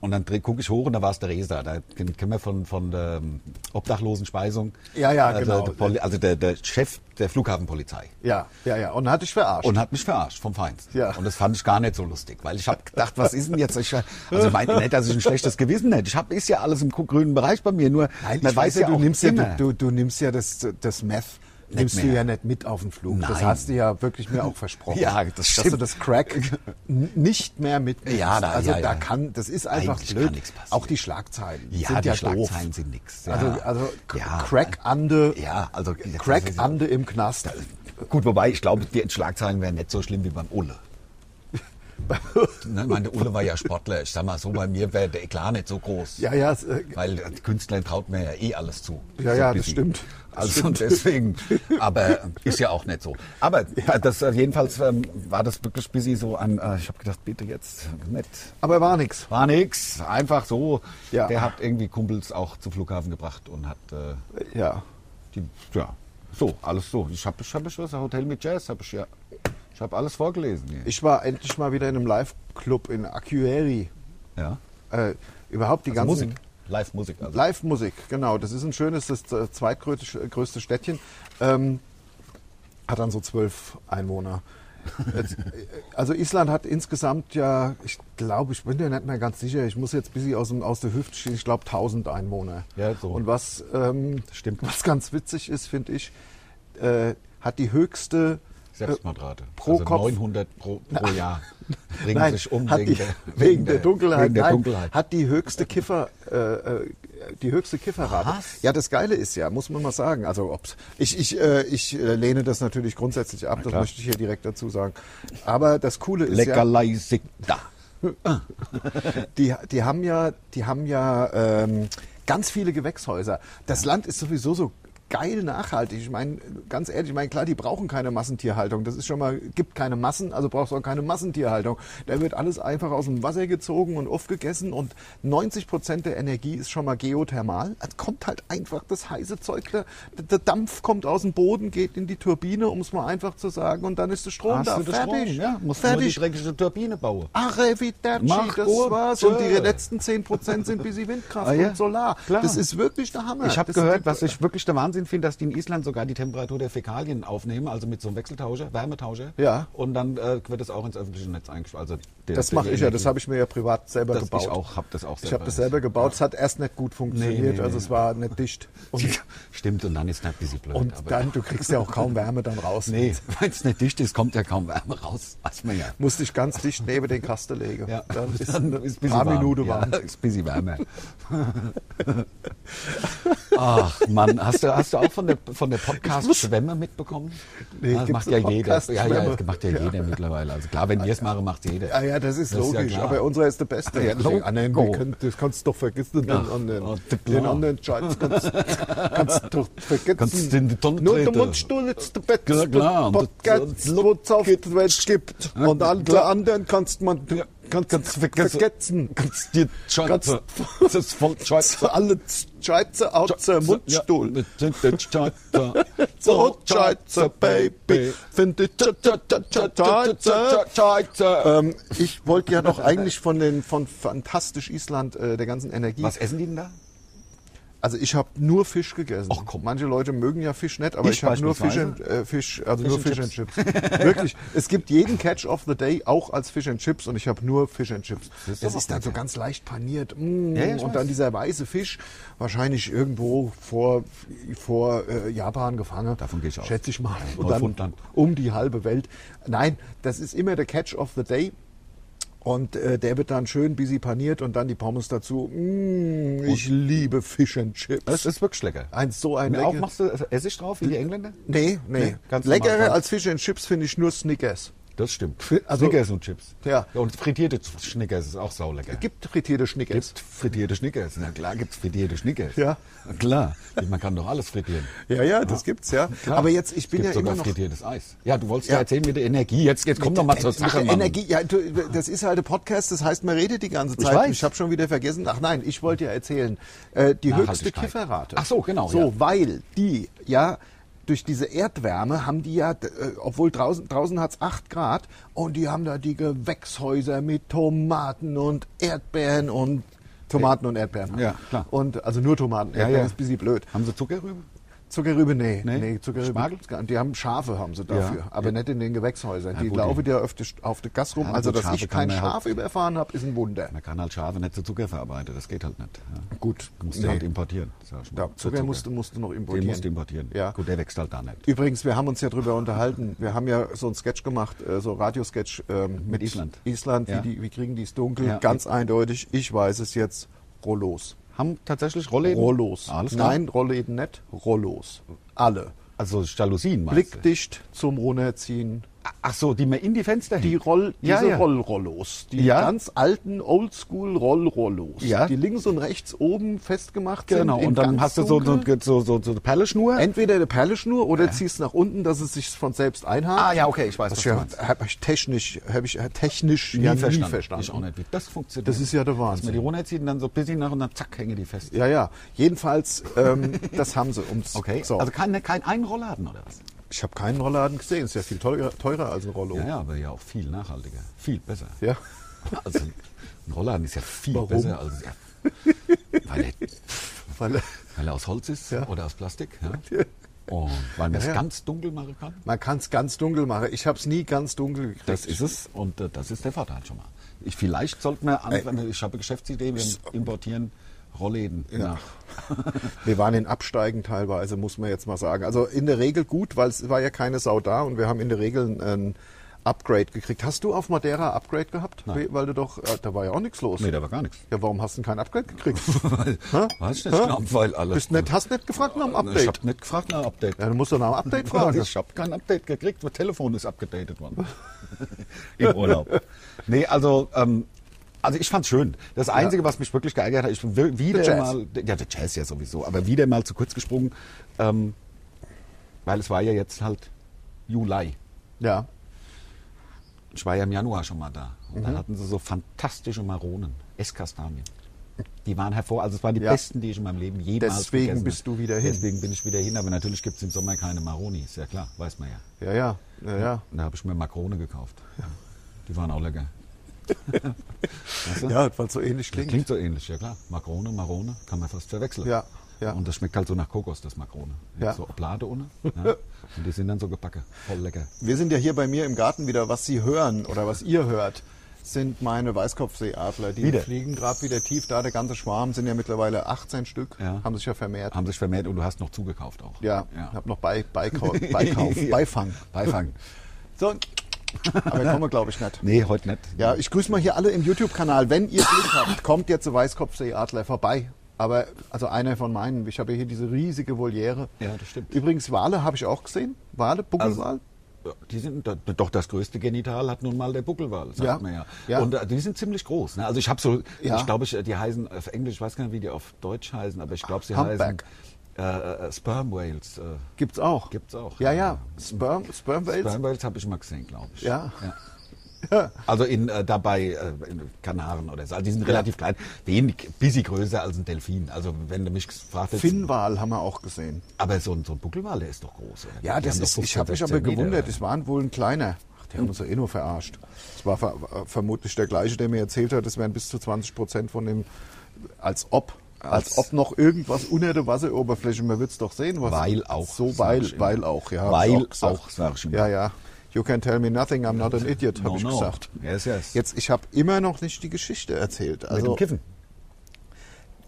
Speaker 1: Und dann gucke ich hoch und da war es der Resa. Da kennen kennen wir von, von der ähm, Obdachlosenspeisung.
Speaker 2: Ja, ja,
Speaker 1: Äh,
Speaker 2: genau.
Speaker 1: Der, der Poli- also der, der Chef der Flughafenpolizei.
Speaker 2: Ja, ja, ja. Und hat dich verarscht.
Speaker 1: Und hat mich verarscht vom Feind.
Speaker 2: Ja.
Speaker 1: Und das fand ich gar nicht so lustig, weil ich habe gedacht, was ist denn jetzt? Ich, also mein,
Speaker 2: [LAUGHS]
Speaker 1: nicht, dass ich ein schlechtes Gewissen hätte. Ich hab, ist ja alles im grünen Bereich bei mir. Nur
Speaker 2: Nein,
Speaker 1: man
Speaker 2: ich
Speaker 1: weiß ja,
Speaker 2: du
Speaker 1: auch
Speaker 2: nimmst
Speaker 1: immer,
Speaker 2: ja, du, du nimmst ja das, das Meth, nimmst du
Speaker 1: mehr.
Speaker 2: ja nicht mit auf den Flug. Das
Speaker 1: Nein.
Speaker 2: hast du ja wirklich mir auch versprochen.
Speaker 1: [LAUGHS] Ja, das
Speaker 2: Dass du
Speaker 1: stimmt.
Speaker 2: das Crack
Speaker 1: [LAUGHS]
Speaker 2: n- nicht mehr mitnimmst.
Speaker 1: Ja, da-
Speaker 2: also
Speaker 1: ja,
Speaker 2: da
Speaker 1: ja.
Speaker 2: kann, das ist einfach
Speaker 1: Eigentlich
Speaker 2: blöd.
Speaker 1: kann nichts passieren.
Speaker 2: auch die Schlagzeilen
Speaker 1: Ja,
Speaker 2: sind
Speaker 1: die
Speaker 2: ja
Speaker 1: Schlagzeilen
Speaker 2: doof.
Speaker 1: sind nix,
Speaker 2: Also,
Speaker 1: ja.
Speaker 2: also
Speaker 1: Ja.
Speaker 2: Crack-Ande,
Speaker 1: Ja, also-
Speaker 2: Crack-Ande im Knast.
Speaker 1: Gut, wobei ich glaube, die Schlagzeilen wären nicht so schlimm wie beim Ulle. ne, ich meine, der Ulle war ja Sportler. Ich sag mal so, bei mir wäre der Eklat nicht so groß.
Speaker 2: Ja, ja, es, äh,
Speaker 1: Weil äh, Künstlern traut mir ja eh alles zu.
Speaker 2: Ja,
Speaker 1: So
Speaker 2: ja,
Speaker 1: ein
Speaker 2: das
Speaker 1: bisschen.
Speaker 2: stimmt. Das
Speaker 1: Also
Speaker 2: stimmt.
Speaker 1: deswegen, aber äh, ist ja auch nicht so. Aber äh, das äh, jedenfalls ähm, war das wirklich busy so an, äh, ich habe gedacht, bitte jetzt nicht.
Speaker 2: aber war nix.
Speaker 1: War nix, einfach so.
Speaker 2: Ja.
Speaker 1: Der hat irgendwie Kumpels auch zum Flughafen gebracht und hat äh,
Speaker 2: Ja.
Speaker 1: die, ja, so, alles so. Ich habe ich hab ich was, ein Hotel mit Jazz habe ich ja. Ich habe alles vorgelesen. Hier.
Speaker 2: Ich war endlich mal wieder in einem Live-Club in Acueri.
Speaker 1: ja.
Speaker 2: Äh, überhaupt die ganzen
Speaker 1: Also Musik, Live-Musik. Also.
Speaker 2: Live-Musik, genau. Das ist ein schönes, das äh, zweitgrößte größte Städtchen. Ähm, hat dann so zwölf Einwohner. Jetzt, äh, also Island hat insgesamt ja, ich glaube, ich bin mir nicht mehr ganz sicher, ich muss jetzt ein bisschen aus, dem, aus der Hüfte schießen, ich glaube 1000 Einwohner.
Speaker 1: Ja, so.
Speaker 2: Und was, ähm,
Speaker 1: Das stimmt.
Speaker 2: was ganz witzig ist, finde ich, äh, hat die höchste
Speaker 1: Selbstmordrate.
Speaker 2: pro
Speaker 1: also
Speaker 2: Kopf.
Speaker 1: 900 pro, pro [LAUGHS] Jahr bringen
Speaker 2: Nein,
Speaker 1: sich um
Speaker 2: hat
Speaker 1: wegen,
Speaker 2: die, [LAUGHS]
Speaker 1: der,
Speaker 2: wegen der Dunkelheit.
Speaker 1: Wegen der
Speaker 2: nein,
Speaker 1: Dunkelheit.
Speaker 2: Hat die höchste Kiffer, äh, äh, die höchste Kifferrate.
Speaker 1: Was?
Speaker 2: Ja, das Geile ist ja, muss man mal sagen. Also ob's, ich, ich, äh, ich äh, lehne das natürlich grundsätzlich ab. das
Speaker 1: klar.
Speaker 2: möchte ich hier direkt dazu sagen. Aber das Coole ist
Speaker 1: Lecker
Speaker 2: ja,
Speaker 1: leisig da.
Speaker 2: [LAUGHS] die, die haben ja, die haben ja ähm, ganz viele Gewächshäuser. Das Land ist sowieso so geil nachhaltig. Ich meine, ganz ehrlich, ich meine, klar, die brauchen keine Massentierhaltung. Das ist schon mal, gibt keine Massen, also brauchst du auch keine Massentierhaltung. Da wird alles einfach aus dem Wasser gezogen und aufgegessen und 90 Prozent der Energie ist schon mal geothermal. Es kommt halt einfach das heiße Zeug, der, der Dampf kommt aus dem Boden, geht in die Turbine, um es mal einfach zu sagen, und dann ist der Strom da. fertig.
Speaker 1: Ja, musst du nur die
Speaker 2: fertig.
Speaker 1: dreckige Turbine bauen.
Speaker 2: Arrivederci,
Speaker 1: Mach
Speaker 2: das
Speaker 1: gut,
Speaker 2: war's.
Speaker 1: tschö.
Speaker 2: Und die letzten 10% sind bis Windkraft
Speaker 1: Ah, ja.
Speaker 2: und Solar.
Speaker 1: Klar.
Speaker 2: Das ist wirklich der Hammer.
Speaker 1: Ich habe
Speaker 2: Das
Speaker 1: gehört,
Speaker 2: sind die-
Speaker 1: was ich wirklich der Wahnsinn finde, dass die in Island sogar die Temperatur der Fäkalien aufnehmen, also mit so einem Wechseltauscher, Wärmetauscher.
Speaker 2: Ja.
Speaker 1: Und dann äh, wird das auch ins öffentliche Netz eingespielt. Also der-
Speaker 2: Das
Speaker 1: der
Speaker 2: mache ich ja,
Speaker 1: Energie-
Speaker 2: das habe ich mir ja privat selber
Speaker 1: Das
Speaker 2: gebaut.
Speaker 1: ich auch, hab das auch
Speaker 2: Ich habe das selber gebaut, es hat erst nicht gut funktioniert,
Speaker 1: Nee, nee,
Speaker 2: also
Speaker 1: nee.
Speaker 2: es war nicht dicht.
Speaker 1: [LAUGHS]
Speaker 2: Und,
Speaker 1: Stimmt, und dann ist es ein bisschen blöd.
Speaker 2: und
Speaker 1: aber-
Speaker 2: dann, du kriegst ja auch kaum Wärme dann raus.
Speaker 1: Nee, [LAUGHS] weil es nicht dicht ist, kommt ja kaum Wärme raus. Weiß man ja.
Speaker 2: Musste ich ganz dicht neben den Kasten legen.
Speaker 1: Ja,
Speaker 2: Dann ist
Speaker 1: [LAUGHS] dann
Speaker 2: ein
Speaker 1: bisschen
Speaker 2: paar
Speaker 1: warm.
Speaker 2: Minuten warm.
Speaker 1: Ja, ist ein bisschen wärmer. [LAUGHS] Ach Mann, hast du, hast du auch von der, von der Podcast-Schwemme mitbekommen?
Speaker 2: Nee,
Speaker 1: das
Speaker 2: gibt's
Speaker 1: macht ja
Speaker 2: eine
Speaker 1: jeder. Ja, ja,
Speaker 2: Podcast-Schwemme?
Speaker 1: das macht ja
Speaker 2: Ja.
Speaker 1: jeder mittlerweile. Also klar, wenn wir es machen, macht jeder.
Speaker 2: Ah ja, das ist
Speaker 1: Das ist ja
Speaker 2: logisch,
Speaker 1: klar.
Speaker 2: aber unserer ist der beste.
Speaker 1: Ja,
Speaker 2: Die anderen,
Speaker 1: logo.
Speaker 2: die können, das kannst du doch vergessen, den
Speaker 1: Ja.
Speaker 2: anderen.
Speaker 1: Oh, der Plan.
Speaker 2: den anderen Scheiß kannst, kannst du doch vergessen.
Speaker 1: Kannst du in die Tonne
Speaker 2: Nur der
Speaker 1: treten.
Speaker 2: Mundstuhl ist der beste
Speaker 1: Ja, klar. Und
Speaker 2: Podcast,
Speaker 1: das-
Speaker 2: den es auf der Welt gibt.
Speaker 1: Ja,
Speaker 2: Und alle
Speaker 1: klar.
Speaker 2: anderen kannst man kannst, kannst
Speaker 1: vergessen.
Speaker 2: vergessen.
Speaker 1: Kannst dir
Speaker 2: [LAUGHS]
Speaker 1: Scheiße. Das ist voll Scheiße.
Speaker 2: Alle Scheiße aus dem Mundstuhl.
Speaker 1: Ja, das sind die
Speaker 2: [LAUGHS]
Speaker 1: Scheiße.
Speaker 2: So Scheiße, Baby, finde ich Scheiße.
Speaker 1: Scheiße.
Speaker 2: Ähm, ich wollte ja noch eigentlich von den von Fantastisch Island äh, der ganzen Energie.
Speaker 1: Was essen die denn da?
Speaker 2: Also ich habe nur Fisch gegessen.
Speaker 1: Och, komm.
Speaker 2: Manche Leute mögen ja Fisch nicht, aber
Speaker 1: Ich
Speaker 2: ich, habe nur Fisch,
Speaker 1: beispielsweise.
Speaker 2: and, äh, Fisch, also
Speaker 1: Fish
Speaker 2: nur
Speaker 1: and
Speaker 2: Fish and Chips. Wirklich, es gibt jeden Catch of the Day auch als Fish and Chips und ich habe nur Fish and Chips.
Speaker 1: Das ist
Speaker 2: Das
Speaker 1: doch
Speaker 2: ist
Speaker 1: auch
Speaker 2: dann so
Speaker 1: lecker.
Speaker 2: ganz leicht paniert. Mm,
Speaker 1: Ja, ja, ich
Speaker 2: und
Speaker 1: weiß.
Speaker 2: dann dieser weiße Fisch, wahrscheinlich irgendwo vor, vor äh, Japan gefangen.
Speaker 1: Davon gehe ich aus.
Speaker 2: Schätze ich mal. Und dann
Speaker 1: Neufundland.
Speaker 2: um die halbe Welt. Nein, das ist immer der Catch of the Day. Und äh, der wird dann schön busy paniert und dann die Pommes dazu. Mm, ich liebe Fish and Chips.
Speaker 1: Das ist wirklich lecker.
Speaker 2: Ein so ein
Speaker 1: Und auch
Speaker 2: lecker.
Speaker 1: machst du Essig drauf, wie die Engländer?
Speaker 2: Nee, nee.
Speaker 1: Nee, ganz normal
Speaker 2: Leckerer
Speaker 1: drauf.
Speaker 2: als Fish and Chips finde ich nur Snickers.
Speaker 1: Das stimmt.
Speaker 2: Fi- also-
Speaker 1: Snickers und Chips.
Speaker 2: Ja.
Speaker 1: Und frittierte Snickers ist auch saulecker.
Speaker 2: Gibt frittierte Snickers.
Speaker 1: Gibt frittierte Snickers. Na klar gibt's frittierte Snickers.
Speaker 2: Ja.
Speaker 1: Na Klar. Man kann doch alles frittieren.
Speaker 2: Ja, ja, das gibt's ja.
Speaker 1: Klar.
Speaker 2: Aber jetzt, ich bin
Speaker 1: Gibt
Speaker 2: ja
Speaker 1: sogar
Speaker 2: immer noch
Speaker 1: frittiertes Eis. Ja, du wolltest
Speaker 2: Ja.
Speaker 1: ja, erzählen mit der Energie. Jetzt, jetzt komm doch mal zur
Speaker 2: Mit der
Speaker 1: Sache, Mann.
Speaker 2: Energie, ja, du, das ist halt ein Podcast, das heißt, man redet die ganze Zeit.
Speaker 1: weiß.
Speaker 2: ich habe schon wieder vergessen. Ach nein, ich wollte ja erzählen, äh, die höchste
Speaker 1: Nachhaltigkeit.
Speaker 2: Kifferrate.
Speaker 1: Ach so, genau,
Speaker 2: So,
Speaker 1: ja.
Speaker 2: weil die ja durch diese Erdwärme haben die ja, d- äh, obwohl draußen, draußen hat's acht 8 Grad und die haben da die Gewächshäuser mit Tomaten und Erdbeeren und Tomaten und Erdbeeren.
Speaker 1: Ja, klar.
Speaker 2: Und also nur Tomaten, Erdbeeren
Speaker 1: ja.
Speaker 2: ist ein bisschen blöd.
Speaker 1: Haben sie Zuckerrüben?
Speaker 2: Zuckerrübe, nee. Nee,
Speaker 1: Nee?
Speaker 2: Zuckerrübe.
Speaker 1: Spargel?
Speaker 2: Die haben Schafe, haben sie dafür.
Speaker 1: Ja.
Speaker 2: Aber nicht in den Gewächshäusern. die
Speaker 1: gut,
Speaker 2: laufen
Speaker 1: eben.
Speaker 2: ja auf die, auf die Gas rum.
Speaker 1: Ja,
Speaker 2: also,
Speaker 1: gut,
Speaker 2: dass
Speaker 1: Schafe
Speaker 2: ich
Speaker 1: kann
Speaker 2: kein
Speaker 1: man
Speaker 2: Schaf
Speaker 1: halt-
Speaker 2: überfahren habe, ist ein Wunder.
Speaker 1: Man kann halt Schafe nicht zu Zucker verarbeiten. Das geht halt nicht. Ja.
Speaker 2: Gut,
Speaker 1: Du musst
Speaker 2: nee.
Speaker 1: du halt importieren. Sag ich mal.
Speaker 2: Ja,
Speaker 1: Der
Speaker 2: Zucker, musst du, musst du noch importieren.
Speaker 1: Den musst du importieren.
Speaker 2: Ja.
Speaker 1: Gut, der wächst halt da nicht.
Speaker 2: Übrigens, wir haben uns ja drüber unterhalten. Wir haben ja so einen Sketch gemacht, äh, so Radiosketch ähm, mit,
Speaker 1: Island.
Speaker 2: Island,
Speaker 1: Ja.
Speaker 2: wie, die, wie kriegen die es dunkel?
Speaker 1: Ja.
Speaker 2: Ganz eindeutig, ich weiß es jetzt, Rollos.
Speaker 1: Haben tatsächlich Rollläden?
Speaker 2: Rollos.
Speaker 1: Alles klar.
Speaker 2: Nein, Rollläden nicht, Rollos. Alle.
Speaker 1: Also Jalousien meinst du?
Speaker 2: Blickdicht zum Runterziehen.
Speaker 1: Ach so, die man in die Fenster
Speaker 2: die
Speaker 1: hängt.
Speaker 2: Roll, diese
Speaker 1: Hm. Ja, ja.
Speaker 2: Rollrollos, die
Speaker 1: Ja.
Speaker 2: ganz alten Oldschool-Rollrollos,
Speaker 1: Ja.
Speaker 2: die links und rechts oben festgemacht
Speaker 1: Genau,
Speaker 2: sind. in
Speaker 1: und dann
Speaker 2: ganz
Speaker 1: hast du so, so,
Speaker 2: dunkel.
Speaker 1: so, so, so eine Perleschnur.
Speaker 2: entweder eine Perleschnur oder ziehst nach unten, dass es sich von selbst einhakt.
Speaker 1: Ah, ja, okay, ich weiß,
Speaker 2: Das
Speaker 1: was
Speaker 2: ja,
Speaker 1: du meinst.
Speaker 2: Habe ich technisch, habe ich äh, technisch ja nie verstanden.
Speaker 1: Ich auch nicht, wie das funktioniert.
Speaker 2: Das ist ja der
Speaker 1: Dass man
Speaker 2: Wahnsinn.
Speaker 1: die runterzieht und dann so ein bisschen nach und dann zack, hängen die fest.
Speaker 2: Ja, ja. Jedenfalls,
Speaker 1: [LAUGHS]
Speaker 2: ähm, das haben sie. Um's,
Speaker 1: Okay,
Speaker 2: so.
Speaker 1: also kein, kein ein Rollladen oder was?
Speaker 2: ich habe keinen Rollladen gesehen. Ist ja viel teurer, teurer als ein Rollo.
Speaker 1: Ja, ja, aber ja auch viel nachhaltiger, viel besser.
Speaker 2: Oh. Ja.
Speaker 1: [LAUGHS] Also ein Rollladen ist ja viel
Speaker 2: Warum?
Speaker 1: besser als... Ja, weil, er,
Speaker 2: Weil, äh,
Speaker 1: weil er aus Holz ist
Speaker 2: Ja.
Speaker 1: oder aus Plastik.
Speaker 2: [LAUGHS]
Speaker 1: Ja. Und weil man es
Speaker 2: ja.
Speaker 1: ganz dunkel machen kann.
Speaker 2: man kann es ganz dunkel machen. Ich habe es nie ganz dunkel gekriegt.
Speaker 1: Das ist es und äh, das ist der Vorteil schon mal. Ich, vielleicht sollten wir anfangen, ich habe eine Geschäftsidee, wir importieren Rollläden nach.
Speaker 2: Wir waren in Absteigen teilweise, muss man jetzt mal sagen. Also in der Regel gut, weil es war ja keine Sau da und wir haben in der Regel ein Upgrade gekriegt. Hast du auf Madeira Upgrade gehabt?
Speaker 1: Nein.
Speaker 2: Weil du doch, äh, da war ja auch nichts los.
Speaker 1: Nee, da war gar nichts. [LAUGHS]
Speaker 2: ja, warum hast du denn kein Upgrade gekriegt?
Speaker 1: Weil,
Speaker 2: Hä?
Speaker 1: weiß ich nicht,
Speaker 2: Hä?
Speaker 1: genau, weil [LAUGHS] alles. Äh,
Speaker 2: Bist nicht, hast nicht gefragt nach dem
Speaker 1: Ich
Speaker 2: Update?
Speaker 1: habe nicht gefragt nach Update.
Speaker 2: Ja, du musst doch
Speaker 1: [LAUGHS]
Speaker 2: nach dem Update fragen.
Speaker 1: Ich habe kein Update gekriegt, das Telefon ist abgedatet
Speaker 2: [LAUGHS]
Speaker 1: worden. Im Urlaub. Nee, also, ähm, also ich fand's schön. Das Einzige, was mich wirklich geärgert hat, ich bin wi- wieder
Speaker 2: Der Jazz.
Speaker 1: mal, ja, der Jazz ja sowieso, aber wieder mal zu kurz gesprungen, ähm, weil es war ja jetzt halt Juli.
Speaker 2: Ja.
Speaker 1: Ich war ja im Januar schon mal da. Und
Speaker 2: Mhm.
Speaker 1: dann hatten sie so fantastische Maronen, Esskastanien. Die waren hervor, also es waren die
Speaker 2: Ja.
Speaker 1: besten, die ich in meinem Leben jemals
Speaker 2: Deswegen
Speaker 1: gegessen
Speaker 2: bist
Speaker 1: habe.
Speaker 2: du wieder hin.
Speaker 1: Deswegen bin ich wieder hin, aber natürlich gibt es im Sommer keine Maroni, ist ja klar, weiß man ja.
Speaker 2: Ja, ja, ja, ja.
Speaker 1: Und da habe ich mir Makrone gekauft. Die waren auch lecker.
Speaker 2: Ja, weil es so ähnlich
Speaker 1: Das
Speaker 2: klingt.
Speaker 1: klingt so ähnlich, ja klar. Makrone, Marone, kann man fast verwechseln.
Speaker 2: Ja. Ja.
Speaker 1: Und das schmeckt halt so nach Kokos, das Makrone.
Speaker 2: Ja.
Speaker 1: So Oblade
Speaker 2: [LAUGHS]
Speaker 1: ohne. Ja. Und die sind dann so gebacke. Voll lecker.
Speaker 2: Wir sind ja hier bei mir im Garten wieder, was Sie hören oder was ihr hört, sind meine Weißkopfseeadler. Die
Speaker 1: Wieder?
Speaker 2: fliegen gerade wieder tief da. Der ganze Schwarm sind ja mittlerweile 18 Stück,
Speaker 1: Ja.
Speaker 2: haben sich ja vermehrt.
Speaker 1: Haben sich vermehrt und du hast noch zugekauft auch.
Speaker 2: Ja,
Speaker 1: ja.
Speaker 2: hab noch bei, Beikau,
Speaker 1: [LAUGHS]
Speaker 2: Beikauf, Beifang.
Speaker 1: Beifang.
Speaker 2: So, aber ich komme, glaube ich, nicht.
Speaker 1: Nee, heute nicht.
Speaker 2: Ja, ich grüße mal hier alle im YouTube-Kanal. Wenn ihr Glück habt, kommt jetzt zu Weißkopfseeadler vorbei. Aber, also einer von meinen. Ich habe hier diese riesige Voliere.
Speaker 1: Ja, das stimmt.
Speaker 2: Übrigens, Wale habe ich auch gesehen. Wale,
Speaker 1: Also,
Speaker 2: Buckelwal.
Speaker 1: Ja, Die sind da, doch das größte Genital hat nun mal der Buckelwal, sagt
Speaker 2: Ja,
Speaker 1: man ja.
Speaker 2: ja.
Speaker 1: Und äh, die sind ziemlich groß. Ne? Also ich habe so,
Speaker 2: Ja.
Speaker 1: ich glaube, ich, äh, die heißen auf Englisch, ich weiß gar nicht, wie die auf Deutsch heißen, aber ich glaube, sie
Speaker 2: Humpback.
Speaker 1: heißen äh, äh, Sperm Whales. Äh,
Speaker 2: Gibt's auch.
Speaker 1: Gibt's auch,
Speaker 2: Ja,
Speaker 1: ja.
Speaker 2: ja. Sperm, Sperm Whales.
Speaker 1: Sperm Whales habe ich mal gesehen, glaube ich.
Speaker 2: Ja.
Speaker 1: Also in, äh, dabei äh, in Kanaren oder so. Also die sind relativ klein, wenig, bisschen größer als ein Delfin. Also wenn du mich gefragt hättest,
Speaker 2: Finnwal haben wir auch gesehen.
Speaker 1: aber so ein, so ein Buckelwal, der ist doch groß. Oder?
Speaker 2: Ja,
Speaker 1: Die
Speaker 2: das
Speaker 1: haben doch
Speaker 2: ist, ich
Speaker 1: 15,
Speaker 2: habe mich
Speaker 1: 16
Speaker 2: aber gewundert,
Speaker 1: Meter.
Speaker 2: es waren wohl ein kleiner. Ach, die haben uns ja eh nur verarscht. Es war ver äh, vermutlich der gleiche, der mir erzählt hat, es wären bis zu 20 Prozent von dem, als ob, als,
Speaker 1: Als-
Speaker 2: ob noch irgendwas unter der Wasseroberfläche, man wird's doch sehen. Was
Speaker 1: Weil auch, sag
Speaker 2: So,
Speaker 1: ich
Speaker 2: weil,
Speaker 1: immer.
Speaker 2: weil auch, ja. hab
Speaker 1: Weil
Speaker 2: ich gesagt.
Speaker 1: auch, sag ich immer.
Speaker 2: Ja, ja. You can tell me nothing, I'm not an idiot, habe
Speaker 1: No,
Speaker 2: ich
Speaker 1: no.
Speaker 2: gesagt.
Speaker 1: Yes, yes.
Speaker 2: Jetzt, ich habe immer noch nicht die Geschichte erzählt.
Speaker 1: Mit
Speaker 2: Also,
Speaker 1: dem Kiffen.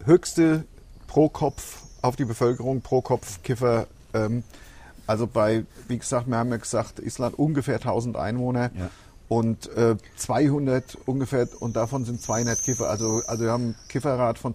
Speaker 2: höchste pro Kopf auf die Bevölkerung, pro Kopf Kiffer. Ähm, also bei, wie gesagt, wir haben ja gesagt, Island ungefähr 1000 Einwohner
Speaker 1: Ja.
Speaker 2: und äh, 200 ungefähr und davon sind 200 Kiffer. Also, also wir haben einen Kifferrat von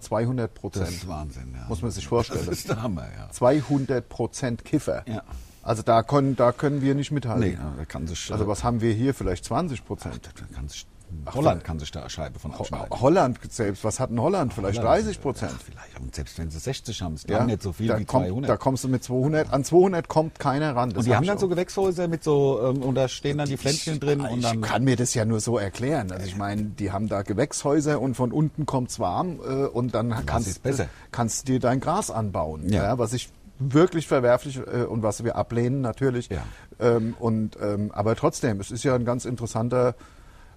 Speaker 1: Das
Speaker 2: 200
Speaker 1: ist
Speaker 2: Prozent.
Speaker 1: Wahnsinn, ja.
Speaker 2: Muss man sich vorstellen. Also-
Speaker 1: Das ist der Hammer, ja.
Speaker 2: 200 Prozent Kiffer.
Speaker 1: Ja.
Speaker 2: Also da können, da können wir nicht mithalten.
Speaker 1: Nee, da kann sich. äh,
Speaker 2: Also was haben wir hier? Vielleicht 20 Prozent.
Speaker 1: Da kann sich
Speaker 2: Ach,
Speaker 1: Holland
Speaker 2: da-
Speaker 1: kann sich da eine Scheibe von abschneiden.
Speaker 2: Holland selbst, was hat denn Holland? Vielleicht 30 Prozent.
Speaker 1: Ja, vielleicht. Und selbst wenn sie 60 haben, ist
Speaker 2: Ja,
Speaker 1: ja, nicht so viel
Speaker 2: da
Speaker 1: wie
Speaker 2: kommt,
Speaker 1: 200.
Speaker 2: Da kommst du mit 200, an 200 kommt keiner ran. das
Speaker 1: und die
Speaker 2: hab
Speaker 1: haben
Speaker 2: ich
Speaker 1: dann so
Speaker 2: auch.
Speaker 1: Gewächshäuser mit so, ähm, und da stehen dann die Pflänzchen drin
Speaker 2: ich
Speaker 1: und dann.
Speaker 2: kann mir das ja nur so erklären. Also ich meine, die haben da Gewächshäuser und von unten kommt's warm äh, und dann
Speaker 1: ist
Speaker 2: kannst,
Speaker 1: besser?
Speaker 2: kannst dir dein Gras anbauen. Ja.
Speaker 1: Ja.
Speaker 2: was ich wirklich verwerflich äh, und was wir ablehnen natürlich.
Speaker 1: Ja.
Speaker 2: Ähm, und, ähm, aber trotzdem, es ist ja ein ganz interessanter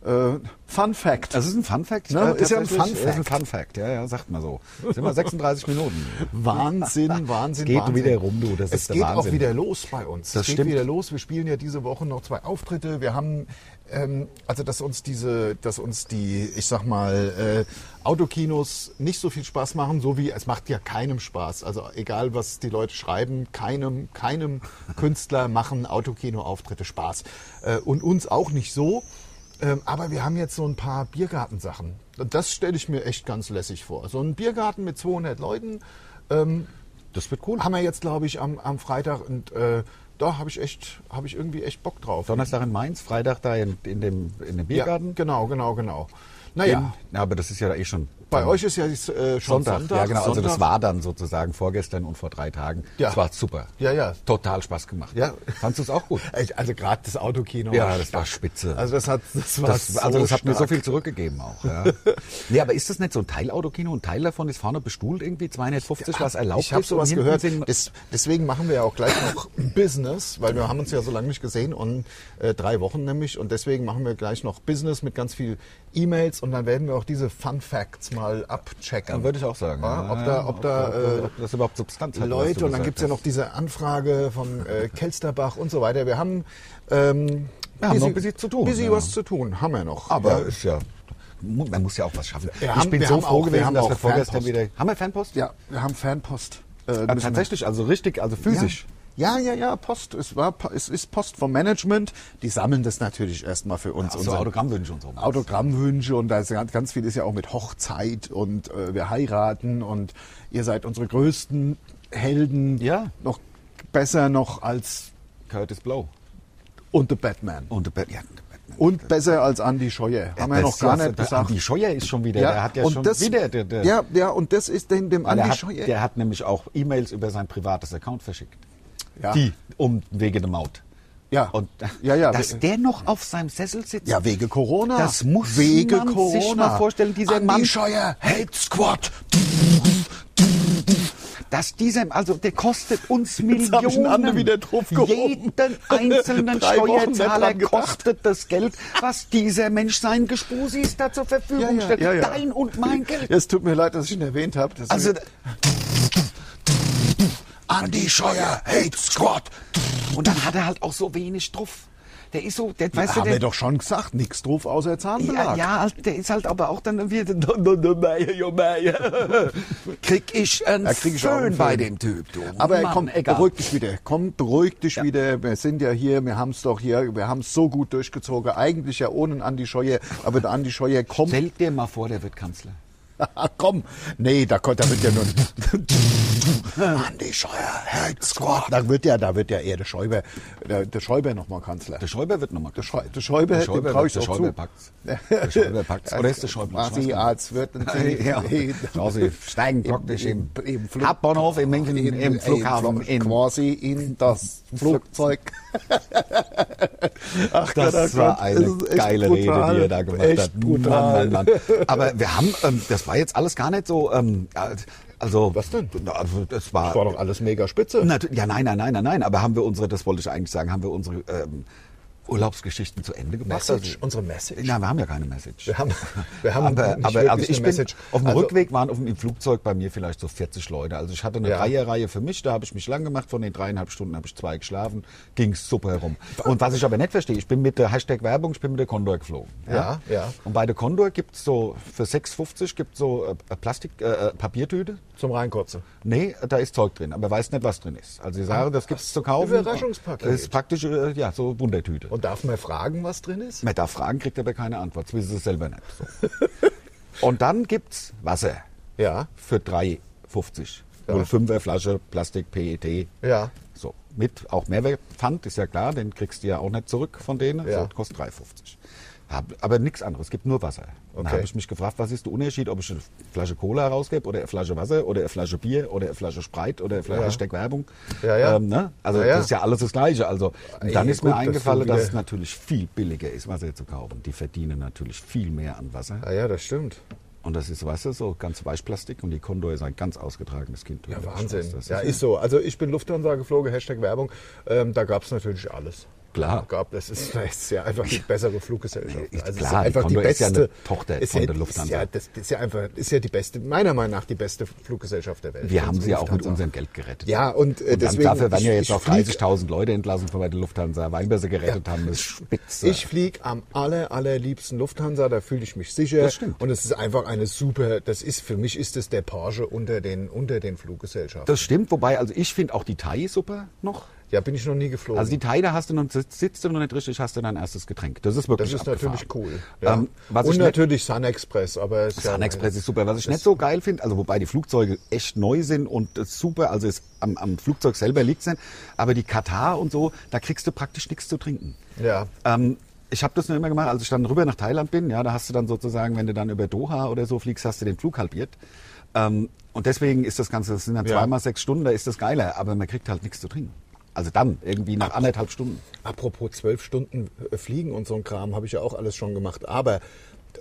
Speaker 2: äh, Fun Fact.
Speaker 1: Das Also, ist ein Fun Fact.
Speaker 2: Ne, ist ja ein
Speaker 1: tatsächlich. äh,
Speaker 2: Fun
Speaker 1: Ist ein
Speaker 2: Fact.
Speaker 1: Fun Fact, ja, ja, sagt man so. Sind wir 36 Minuten. [LAUGHS]
Speaker 2: Wahnsinn, Wahnsinn,
Speaker 1: geht
Speaker 2: Wahnsinn.
Speaker 1: wieder rum, du, das
Speaker 2: es
Speaker 1: ist der
Speaker 2: geht auch
Speaker 1: Wahnsinn.
Speaker 2: wieder los bei uns.
Speaker 1: Das
Speaker 2: es geht
Speaker 1: stimmt.
Speaker 2: wieder los. Wir spielen ja diese Woche noch zwei Auftritte. Wir haben, ähm, also dass uns diese, dass uns die, ich sag mal, äh, Autokinos nicht so viel Spaß machen, so wie es macht ja keinem Spaß. Also egal, was die Leute schreiben, keinem,
Speaker 1: [LAUGHS]
Speaker 2: keinem Künstler machen Autokino-Auftritte Spaß. Äh, und uns auch nicht so. Ähm, aber wir haben jetzt so ein paar Biergartensachen. Und Das stelle ich mir echt ganz lässig vor. So ein Biergarten mit 200 Leuten. Ähm,
Speaker 1: Das wird cool.
Speaker 2: haben wir jetzt, glaube ich, am, am Freitag und äh, da habe ich echt, habe ich irgendwie echt Bock drauf.
Speaker 1: Donnerstag in Mainz, Freitag da in, in, dem, in dem
Speaker 2: ja,
Speaker 1: Biergarten.
Speaker 2: genau, genau, genau. Naja,
Speaker 1: In, na, aber das ist ja eh schon.
Speaker 2: bei euch ist ja äh, schon Sonntag.
Speaker 1: Sonntag. Ja, genau. Also das
Speaker 2: Sonntag.
Speaker 1: war dann sozusagen vorgestern und vor drei Tagen.
Speaker 2: Ja.
Speaker 1: Das war super.
Speaker 2: Ja, ja.
Speaker 1: Total Spaß gemacht.
Speaker 2: Ja.
Speaker 1: Fandst du es auch gut?
Speaker 2: Ey, Also gerade das Autokino.
Speaker 1: Ja, das war spitze.
Speaker 2: Also das hat, das war
Speaker 1: Das,
Speaker 2: so
Speaker 1: also das hat mir so
Speaker 2: stark.
Speaker 1: viel zurückgegeben auch. [LAUGHS] Ja. nee, aber ist das nicht so ein Teilautokino? Ein Teil davon ist vorne bestuhlt irgendwie 250, was erlaubt
Speaker 2: ich habe
Speaker 1: ist. und
Speaker 2: sowas
Speaker 1: hinten
Speaker 2: gehört.
Speaker 1: sind-
Speaker 2: Des, deswegen machen wir ja auch gleich noch [COUGHS] Business, weil wir haben uns ja so lange nicht gesehen und äh, drei Wochen nämlich und deswegen machen wir gleich noch Business mit ganz viel E-Mails und dann werden wir auch diese Fun Facts mal abchecken.
Speaker 1: Dann würde ich auch sagen.
Speaker 2: Ja,
Speaker 1: ja,
Speaker 2: ob da, ob da,
Speaker 1: ob,
Speaker 2: äh,
Speaker 1: ob das überhaupt Substanz hat. was du
Speaker 2: Leute, und dann
Speaker 1: gesagt
Speaker 2: gibt's ja
Speaker 1: hast.
Speaker 2: noch diese Anfrage von äh, Kelsterbach und so weiter. Wir haben, ähm,
Speaker 1: Wir haben noch ein bisschen zu tun,
Speaker 2: Bisschen
Speaker 1: ja.
Speaker 2: was zu tun, haben wir noch.
Speaker 1: Aber
Speaker 2: ja.
Speaker 1: ist ja. mu- Man muss ja auch was schaffen.
Speaker 2: Wir
Speaker 1: ich
Speaker 2: haben-
Speaker 1: bin
Speaker 2: wir
Speaker 1: so
Speaker 2: haben
Speaker 1: froh
Speaker 2: auch- wir
Speaker 1: gewesen,
Speaker 2: haben
Speaker 1: dass
Speaker 2: auch
Speaker 1: wir vorgestern
Speaker 2: Fanpost.
Speaker 1: wieder. Haben wir Fanpost?
Speaker 2: ja, wir haben Fanpost. Äh,
Speaker 1: Ah,
Speaker 2: müssen wir-
Speaker 1: tatsächlich, also richtig, also physisch.
Speaker 2: Ja. ja, ja, ja, Post. Es, war, Po- es ist Post vom Management. Die sammeln das natürlich erstmal für uns.
Speaker 1: Also
Speaker 2: Unser-
Speaker 1: Autogrammwünsche und so.
Speaker 2: Autogrammwünsche und da ist ganz, ganz viel ist ja auch mit Hochzeit und äh, wir heiraten und ihr seid unsere größten Helden.
Speaker 1: Ja.
Speaker 2: Noch besser noch als
Speaker 1: Curtis Blow.
Speaker 2: und The Batman.
Speaker 1: Und der Bat- ja, der Batman.
Speaker 2: Und besser als Andy Scheuer. Haben wir noch gar nicht gesagt.
Speaker 1: Die Scheuer ist schon wieder, der hat ja
Speaker 2: und
Speaker 1: schon
Speaker 2: das,
Speaker 1: wieder. Der, der,
Speaker 2: ja, ja, und das ist dem, dem
Speaker 1: der,
Speaker 2: Andy
Speaker 1: hat,
Speaker 2: Scheuer.
Speaker 1: der hat nämlich auch E-Mails über sein privates Account verschickt.
Speaker 2: Ja.
Speaker 1: Die, um wegen der Maut.
Speaker 2: ja.
Speaker 1: Und
Speaker 2: ja, ja,
Speaker 1: dass der noch auf seinem Sessel sitzt.
Speaker 2: ja, wegen Corona.
Speaker 1: Das muss
Speaker 2: wegen
Speaker 1: man sich
Speaker 2: Corona.
Speaker 1: mal vorstellen, dieser
Speaker 2: Andy
Speaker 1: Mann-
Speaker 2: Scheuer, Hate Squad.
Speaker 1: Dass dieser, also der kostet uns
Speaker 2: Jetzt hab ich einen
Speaker 1: Millionen.
Speaker 2: Ande wieder [LAUGHS] draufgehoben.
Speaker 1: Jeden einzelnen
Speaker 2: Drei Wochen nicht
Speaker 1: Steuerzahler
Speaker 2: dran gedacht.
Speaker 1: kostet das Geld, was dieser Mensch seinen Gespusis da zur Verfügung stellt. Dein und mein Geld.
Speaker 2: Ja, es tut mir leid, dass ich ihn erwähnt habe. Das
Speaker 1: Also,
Speaker 2: ist-
Speaker 1: Andy Scheuer, Hate Squad. Und dann hat er halt auch so wenig drauf. Der ist so, der, weißt
Speaker 2: Haben
Speaker 1: du, der,
Speaker 2: wir doch schon gesagt, nichts drauf außer
Speaker 1: ja,
Speaker 2: Zahnbelag.
Speaker 1: ja, halt, der ist halt aber auch dann wieder, no, no, no, Meier, jo, Meier. [LAUGHS] krieg ich einen
Speaker 2: Da krieg ich auch
Speaker 1: Föhn
Speaker 2: einen
Speaker 1: bei
Speaker 2: Föhn.
Speaker 1: dem Typ, du.
Speaker 2: Aber
Speaker 1: Mann,
Speaker 2: komm,
Speaker 1: egal.
Speaker 2: beruhig dich wieder. Komm, beruhig dich wieder. Wir sind ja hier, wir haben es doch hier, wir haben es so gut durchgezogen. Eigentlich ja ohne den Andi Scheuer, aber der Andi Scheuer kommt. [LAUGHS] Ah,
Speaker 1: Stell dir mal vor, der wird Kanzler.
Speaker 2: komm, nee, da, kommt- da wird ja nur. [LAUGHS] Andi Scheuer, Hate Squad. Da wird ja, da wird ja eher der Schäuber, der, der Schäuber nochmal Kanzler.
Speaker 1: Der Schäuber wird nochmal
Speaker 2: Der, Schäu der Schäuber,
Speaker 1: Der
Speaker 2: der
Speaker 1: Schäuber
Speaker 2: dem traue
Speaker 1: wird-
Speaker 2: ich
Speaker 1: der
Speaker 2: auch
Speaker 1: Schäuber [LAUGHS]
Speaker 2: zu.
Speaker 1: packt's. Der Schäuber packt's. Oder ist der Schäuble? Ich weiß
Speaker 2: Quasi
Speaker 1: nicht.
Speaker 2: als würden [LAUGHS] sie
Speaker 1: [LAUGHS] Ja. Schau, sie steigen
Speaker 2: Im-
Speaker 1: praktisch im-
Speaker 2: im Flug-
Speaker 1: Hauptbahnhof in München, im
Speaker 2: im
Speaker 1: Flughafen,
Speaker 2: Flug-
Speaker 1: in-
Speaker 2: quasi in
Speaker 1: [LAUGHS]
Speaker 2: das Flugzeug. [LAUGHS] Ach
Speaker 1: Das
Speaker 2: Gott, oh
Speaker 1: war
Speaker 2: Gott,
Speaker 1: eine
Speaker 2: es ist echt
Speaker 1: geile
Speaker 2: brutal,
Speaker 1: Rede, die er da gemacht
Speaker 2: echt
Speaker 1: hat.
Speaker 2: Brutal.
Speaker 1: Mann, Mann,
Speaker 2: [LAUGHS]
Speaker 1: Mann. Aber wir haben, ähm, das war jetzt alles gar nicht so, ähm, ja, also.
Speaker 2: Was denn?
Speaker 1: Also, das war.
Speaker 2: Das war doch alles mega spitze.
Speaker 1: Natu- ja, nein, nein, nein, nein, nein. Aber haben wir unsere, das wollte ich eigentlich sagen, haben wir unsere ähm, Urlaubsgeschichten zu Ende gebracht?
Speaker 2: Message, unsere Message.
Speaker 1: Nein, wir haben ja keine Message.
Speaker 2: Wir haben- wir haben
Speaker 1: aber,
Speaker 2: nicht
Speaker 1: aber also
Speaker 2: wirklich
Speaker 1: ich
Speaker 2: eine
Speaker 1: bin,
Speaker 2: Message.
Speaker 1: auf dem
Speaker 2: Also-
Speaker 1: Rückweg waren auf dem, im Flugzeug bei mir vielleicht so 40 Leute. Also ich hatte eine
Speaker 2: Ja.
Speaker 1: Dreierreihe für mich, da habe ich mich lang gemacht. Von den dreieinhalb Stunden habe ich zwei geschlafen, ging super herum. Und was ich aber nicht verstehe, ich bin mit der Hashtag Werbung, ich bin mit der Condor geflogen.
Speaker 2: Ja, ja.
Speaker 1: Und bei der Condor gibt's so, für 6,50 gibt's so äh, äh, Plastik, äh, äh, Papiertüte.
Speaker 2: Zum Reinkotzen.
Speaker 1: Nee, da ist Zeug drin, aber weiß nicht, was drin ist. Also sie sagen, das gibt's zu kaufen.
Speaker 2: Überraschungspaket.
Speaker 1: Ist praktisch, äh, ja, so Wundertüte.
Speaker 2: Und darf man fragen, was drin ist?
Speaker 1: Man darf fragen, kriegt aber keine Antwort. Das wissen sie selber nicht.
Speaker 2: [LAUGHS]
Speaker 1: So. Und dann gibt's Wasser
Speaker 2: Ja.
Speaker 1: für 3,50.
Speaker 2: Ja.
Speaker 1: 0,5er Flasche, Plastik, E PET.
Speaker 2: Ja.
Speaker 1: So, mit auch Mehrwertpfand, ist ja klar, den kriegst du ja auch nicht zurück von denen.
Speaker 2: Ja.
Speaker 1: So, kostet 3,50. Hab, aber nichts anderes, gibt nur Wasser. Und Dann
Speaker 2: Okay.
Speaker 1: habe ich mich gefragt, was ist der Unterschied, ob ich eine Flasche Cola rausgebe oder eine Flasche Wasser oder eine Flasche Bier oder eine Flasche Spreit oder eine Flasche
Speaker 2: Ja.
Speaker 1: Hashtag Werbung.
Speaker 2: Ja, ja.
Speaker 1: Ähm, ne? Also
Speaker 2: Ja, ja.
Speaker 1: das ist ja alles das Gleiche. Also und dann
Speaker 2: Ey,
Speaker 1: ist mir
Speaker 2: gut, dass du
Speaker 1: eingefallen, dass,
Speaker 2: wieder-
Speaker 1: es natürlich viel billiger ist, Wasser zu kaufen. Die verdienen natürlich viel mehr an Wasser.
Speaker 2: Ah ja, das stimmt.
Speaker 1: Und das ist Wasser, so ganz Weichplastik und die Condor ist ein ganz ausgetragenes Kind.
Speaker 2: Ja,
Speaker 1: Das
Speaker 2: Wahnsinn.
Speaker 1: ist- das
Speaker 2: ja, ist so. Also ich bin Lufthansa geflogen, Hashtag Werbung. Ähm, da gab es natürlich alles.
Speaker 1: Klar.
Speaker 2: Gab, das, ist, [LAUGHS] das ist ja einfach die bessere Fluggesellschaft.
Speaker 1: Ist
Speaker 2: Also
Speaker 1: klar, die
Speaker 2: es ist einfach die
Speaker 1: Condor ist
Speaker 2: beste.
Speaker 1: ja eine Tochter
Speaker 2: ist
Speaker 1: von
Speaker 2: ja,
Speaker 1: der Lufthansa.
Speaker 2: Ist ja, das ist ja einfach, ist ja die beste, meiner Meinung nach die beste Fluggesellschaft der Welt.
Speaker 1: Wir haben
Speaker 2: Also
Speaker 1: sie ja auch mit
Speaker 2: Lufthansa.
Speaker 1: unserem Geld gerettet.
Speaker 2: Ja, und, äh,
Speaker 1: Und
Speaker 2: deswegen.
Speaker 1: dann dafür werden ja
Speaker 2: ich-
Speaker 1: jetzt
Speaker 2: ich
Speaker 1: auch
Speaker 2: flieg-
Speaker 1: 30.000 Leute entlassen von bei der Lufthansa, weil wir sie gerettet haben. Das ist spitze.
Speaker 2: Ich fliege am aller, allerliebsten Lufthansa, da fühle ich mich sicher.
Speaker 1: Das stimmt.
Speaker 2: Und es ist einfach eine super, das ist, für mich ist es der Porsche unter den, unter den Fluggesellschaften.
Speaker 1: das stimmt, wobei, also ich finde auch die Thai super noch.
Speaker 2: ja, bin ich noch nie geflogen.
Speaker 1: Also die Thai, da hast du noch, sitzt- sitzt du noch nicht richtig, hast du dein erstes Getränk. Das ist wirklich
Speaker 2: das ist
Speaker 1: abgefahren.
Speaker 2: natürlich cool. Ja.
Speaker 1: Ähm, was
Speaker 2: Und
Speaker 1: ich nicht-
Speaker 2: natürlich Sun Express, aber es ist ja-
Speaker 1: Sun Express ist super. Was ich nicht so geil finde, also wobei die Flugzeuge echt neu sind und das super, also es am, am Flugzeug selber liegt es nicht, aber die Katar und so, da kriegst du praktisch nichts zu trinken.
Speaker 2: Ja.
Speaker 1: Ähm, ich habe das nur immer gemacht, als ich dann rüber nach Thailand bin, ja, da hast du dann sozusagen, wenn du dann über Doha oder so fliegst, hast du den Flug halbiert. Ähm, und deswegen ist das Ganze, das sind dann
Speaker 2: Ja.
Speaker 1: zweimal sechs Stunden, da ist das geiler, aber man kriegt halt nichts zu trinken. Also dann, irgendwie nach anderthalb Stunden.
Speaker 2: Apropos zwölf Stunden äh, Fliegen und so ein Kram habe ich ja auch alles schon gemacht. Aber,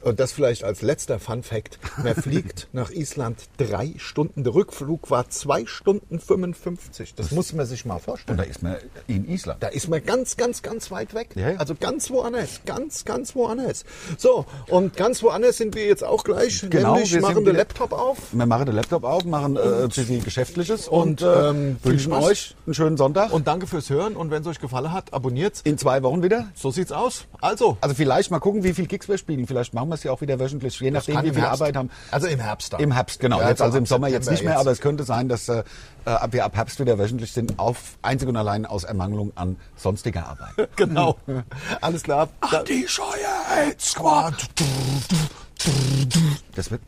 Speaker 2: und das vielleicht als letzter Fun Fact,
Speaker 1: [LAUGHS]
Speaker 2: man fliegt nach Island drei Stunden. Der Rückflug war zwei Stunden 55. Das muss man sich mal
Speaker 1: Und
Speaker 2: vorstellen.
Speaker 1: da ist man in Island.
Speaker 2: Da ist man ganz, ganz, ganz weit weg.
Speaker 1: Ja, ja.
Speaker 2: Also ganz woanders. Ganz, ganz woanders. So, und ganz woanders sind wir jetzt auch gleich.
Speaker 1: Genau,
Speaker 2: nämlich
Speaker 1: wir
Speaker 2: machen
Speaker 1: sind
Speaker 2: den
Speaker 1: wieder-
Speaker 2: Laptop auf.
Speaker 1: Wir machen den Laptop auf, machen äh, ein bisschen Geschäftliches und,
Speaker 2: und,
Speaker 1: ähm,
Speaker 2: ähm,
Speaker 1: wünschen
Speaker 2: viel Spaß.
Speaker 1: euch einen schönen Sonntag.
Speaker 2: Und danke fürs Hören. Und wenn es euch gefallen hat, abonniert's.
Speaker 1: in zwei Wochen wieder.
Speaker 2: So sieht's aus. Also,
Speaker 1: Also vielleicht mal gucken, wie viel Gigs wir spielen. Vielleicht machen wir es ja auch wieder wöchentlich, je nachdem,
Speaker 2: kann
Speaker 1: wie
Speaker 2: im
Speaker 1: viel
Speaker 2: Herbst.
Speaker 1: Arbeit haben.
Speaker 2: Also im Herbst dann.
Speaker 1: Im Herbst, genau.
Speaker 2: Ja,
Speaker 1: jetzt also im
Speaker 2: ab
Speaker 1: Sommer jetzt
Speaker 2: September
Speaker 1: nicht mehr,
Speaker 2: jetzt.
Speaker 1: aber es könnte sein, dass äh, äh, wir ab Herbst wieder wöchentlich sind, auf einzig und allein aus Ermangelung an sonstiger Arbeit. [LAUGHS]
Speaker 2: [LAUGHS] genau. Alles klar.
Speaker 1: Die Scheuer Hate Squad. Das wird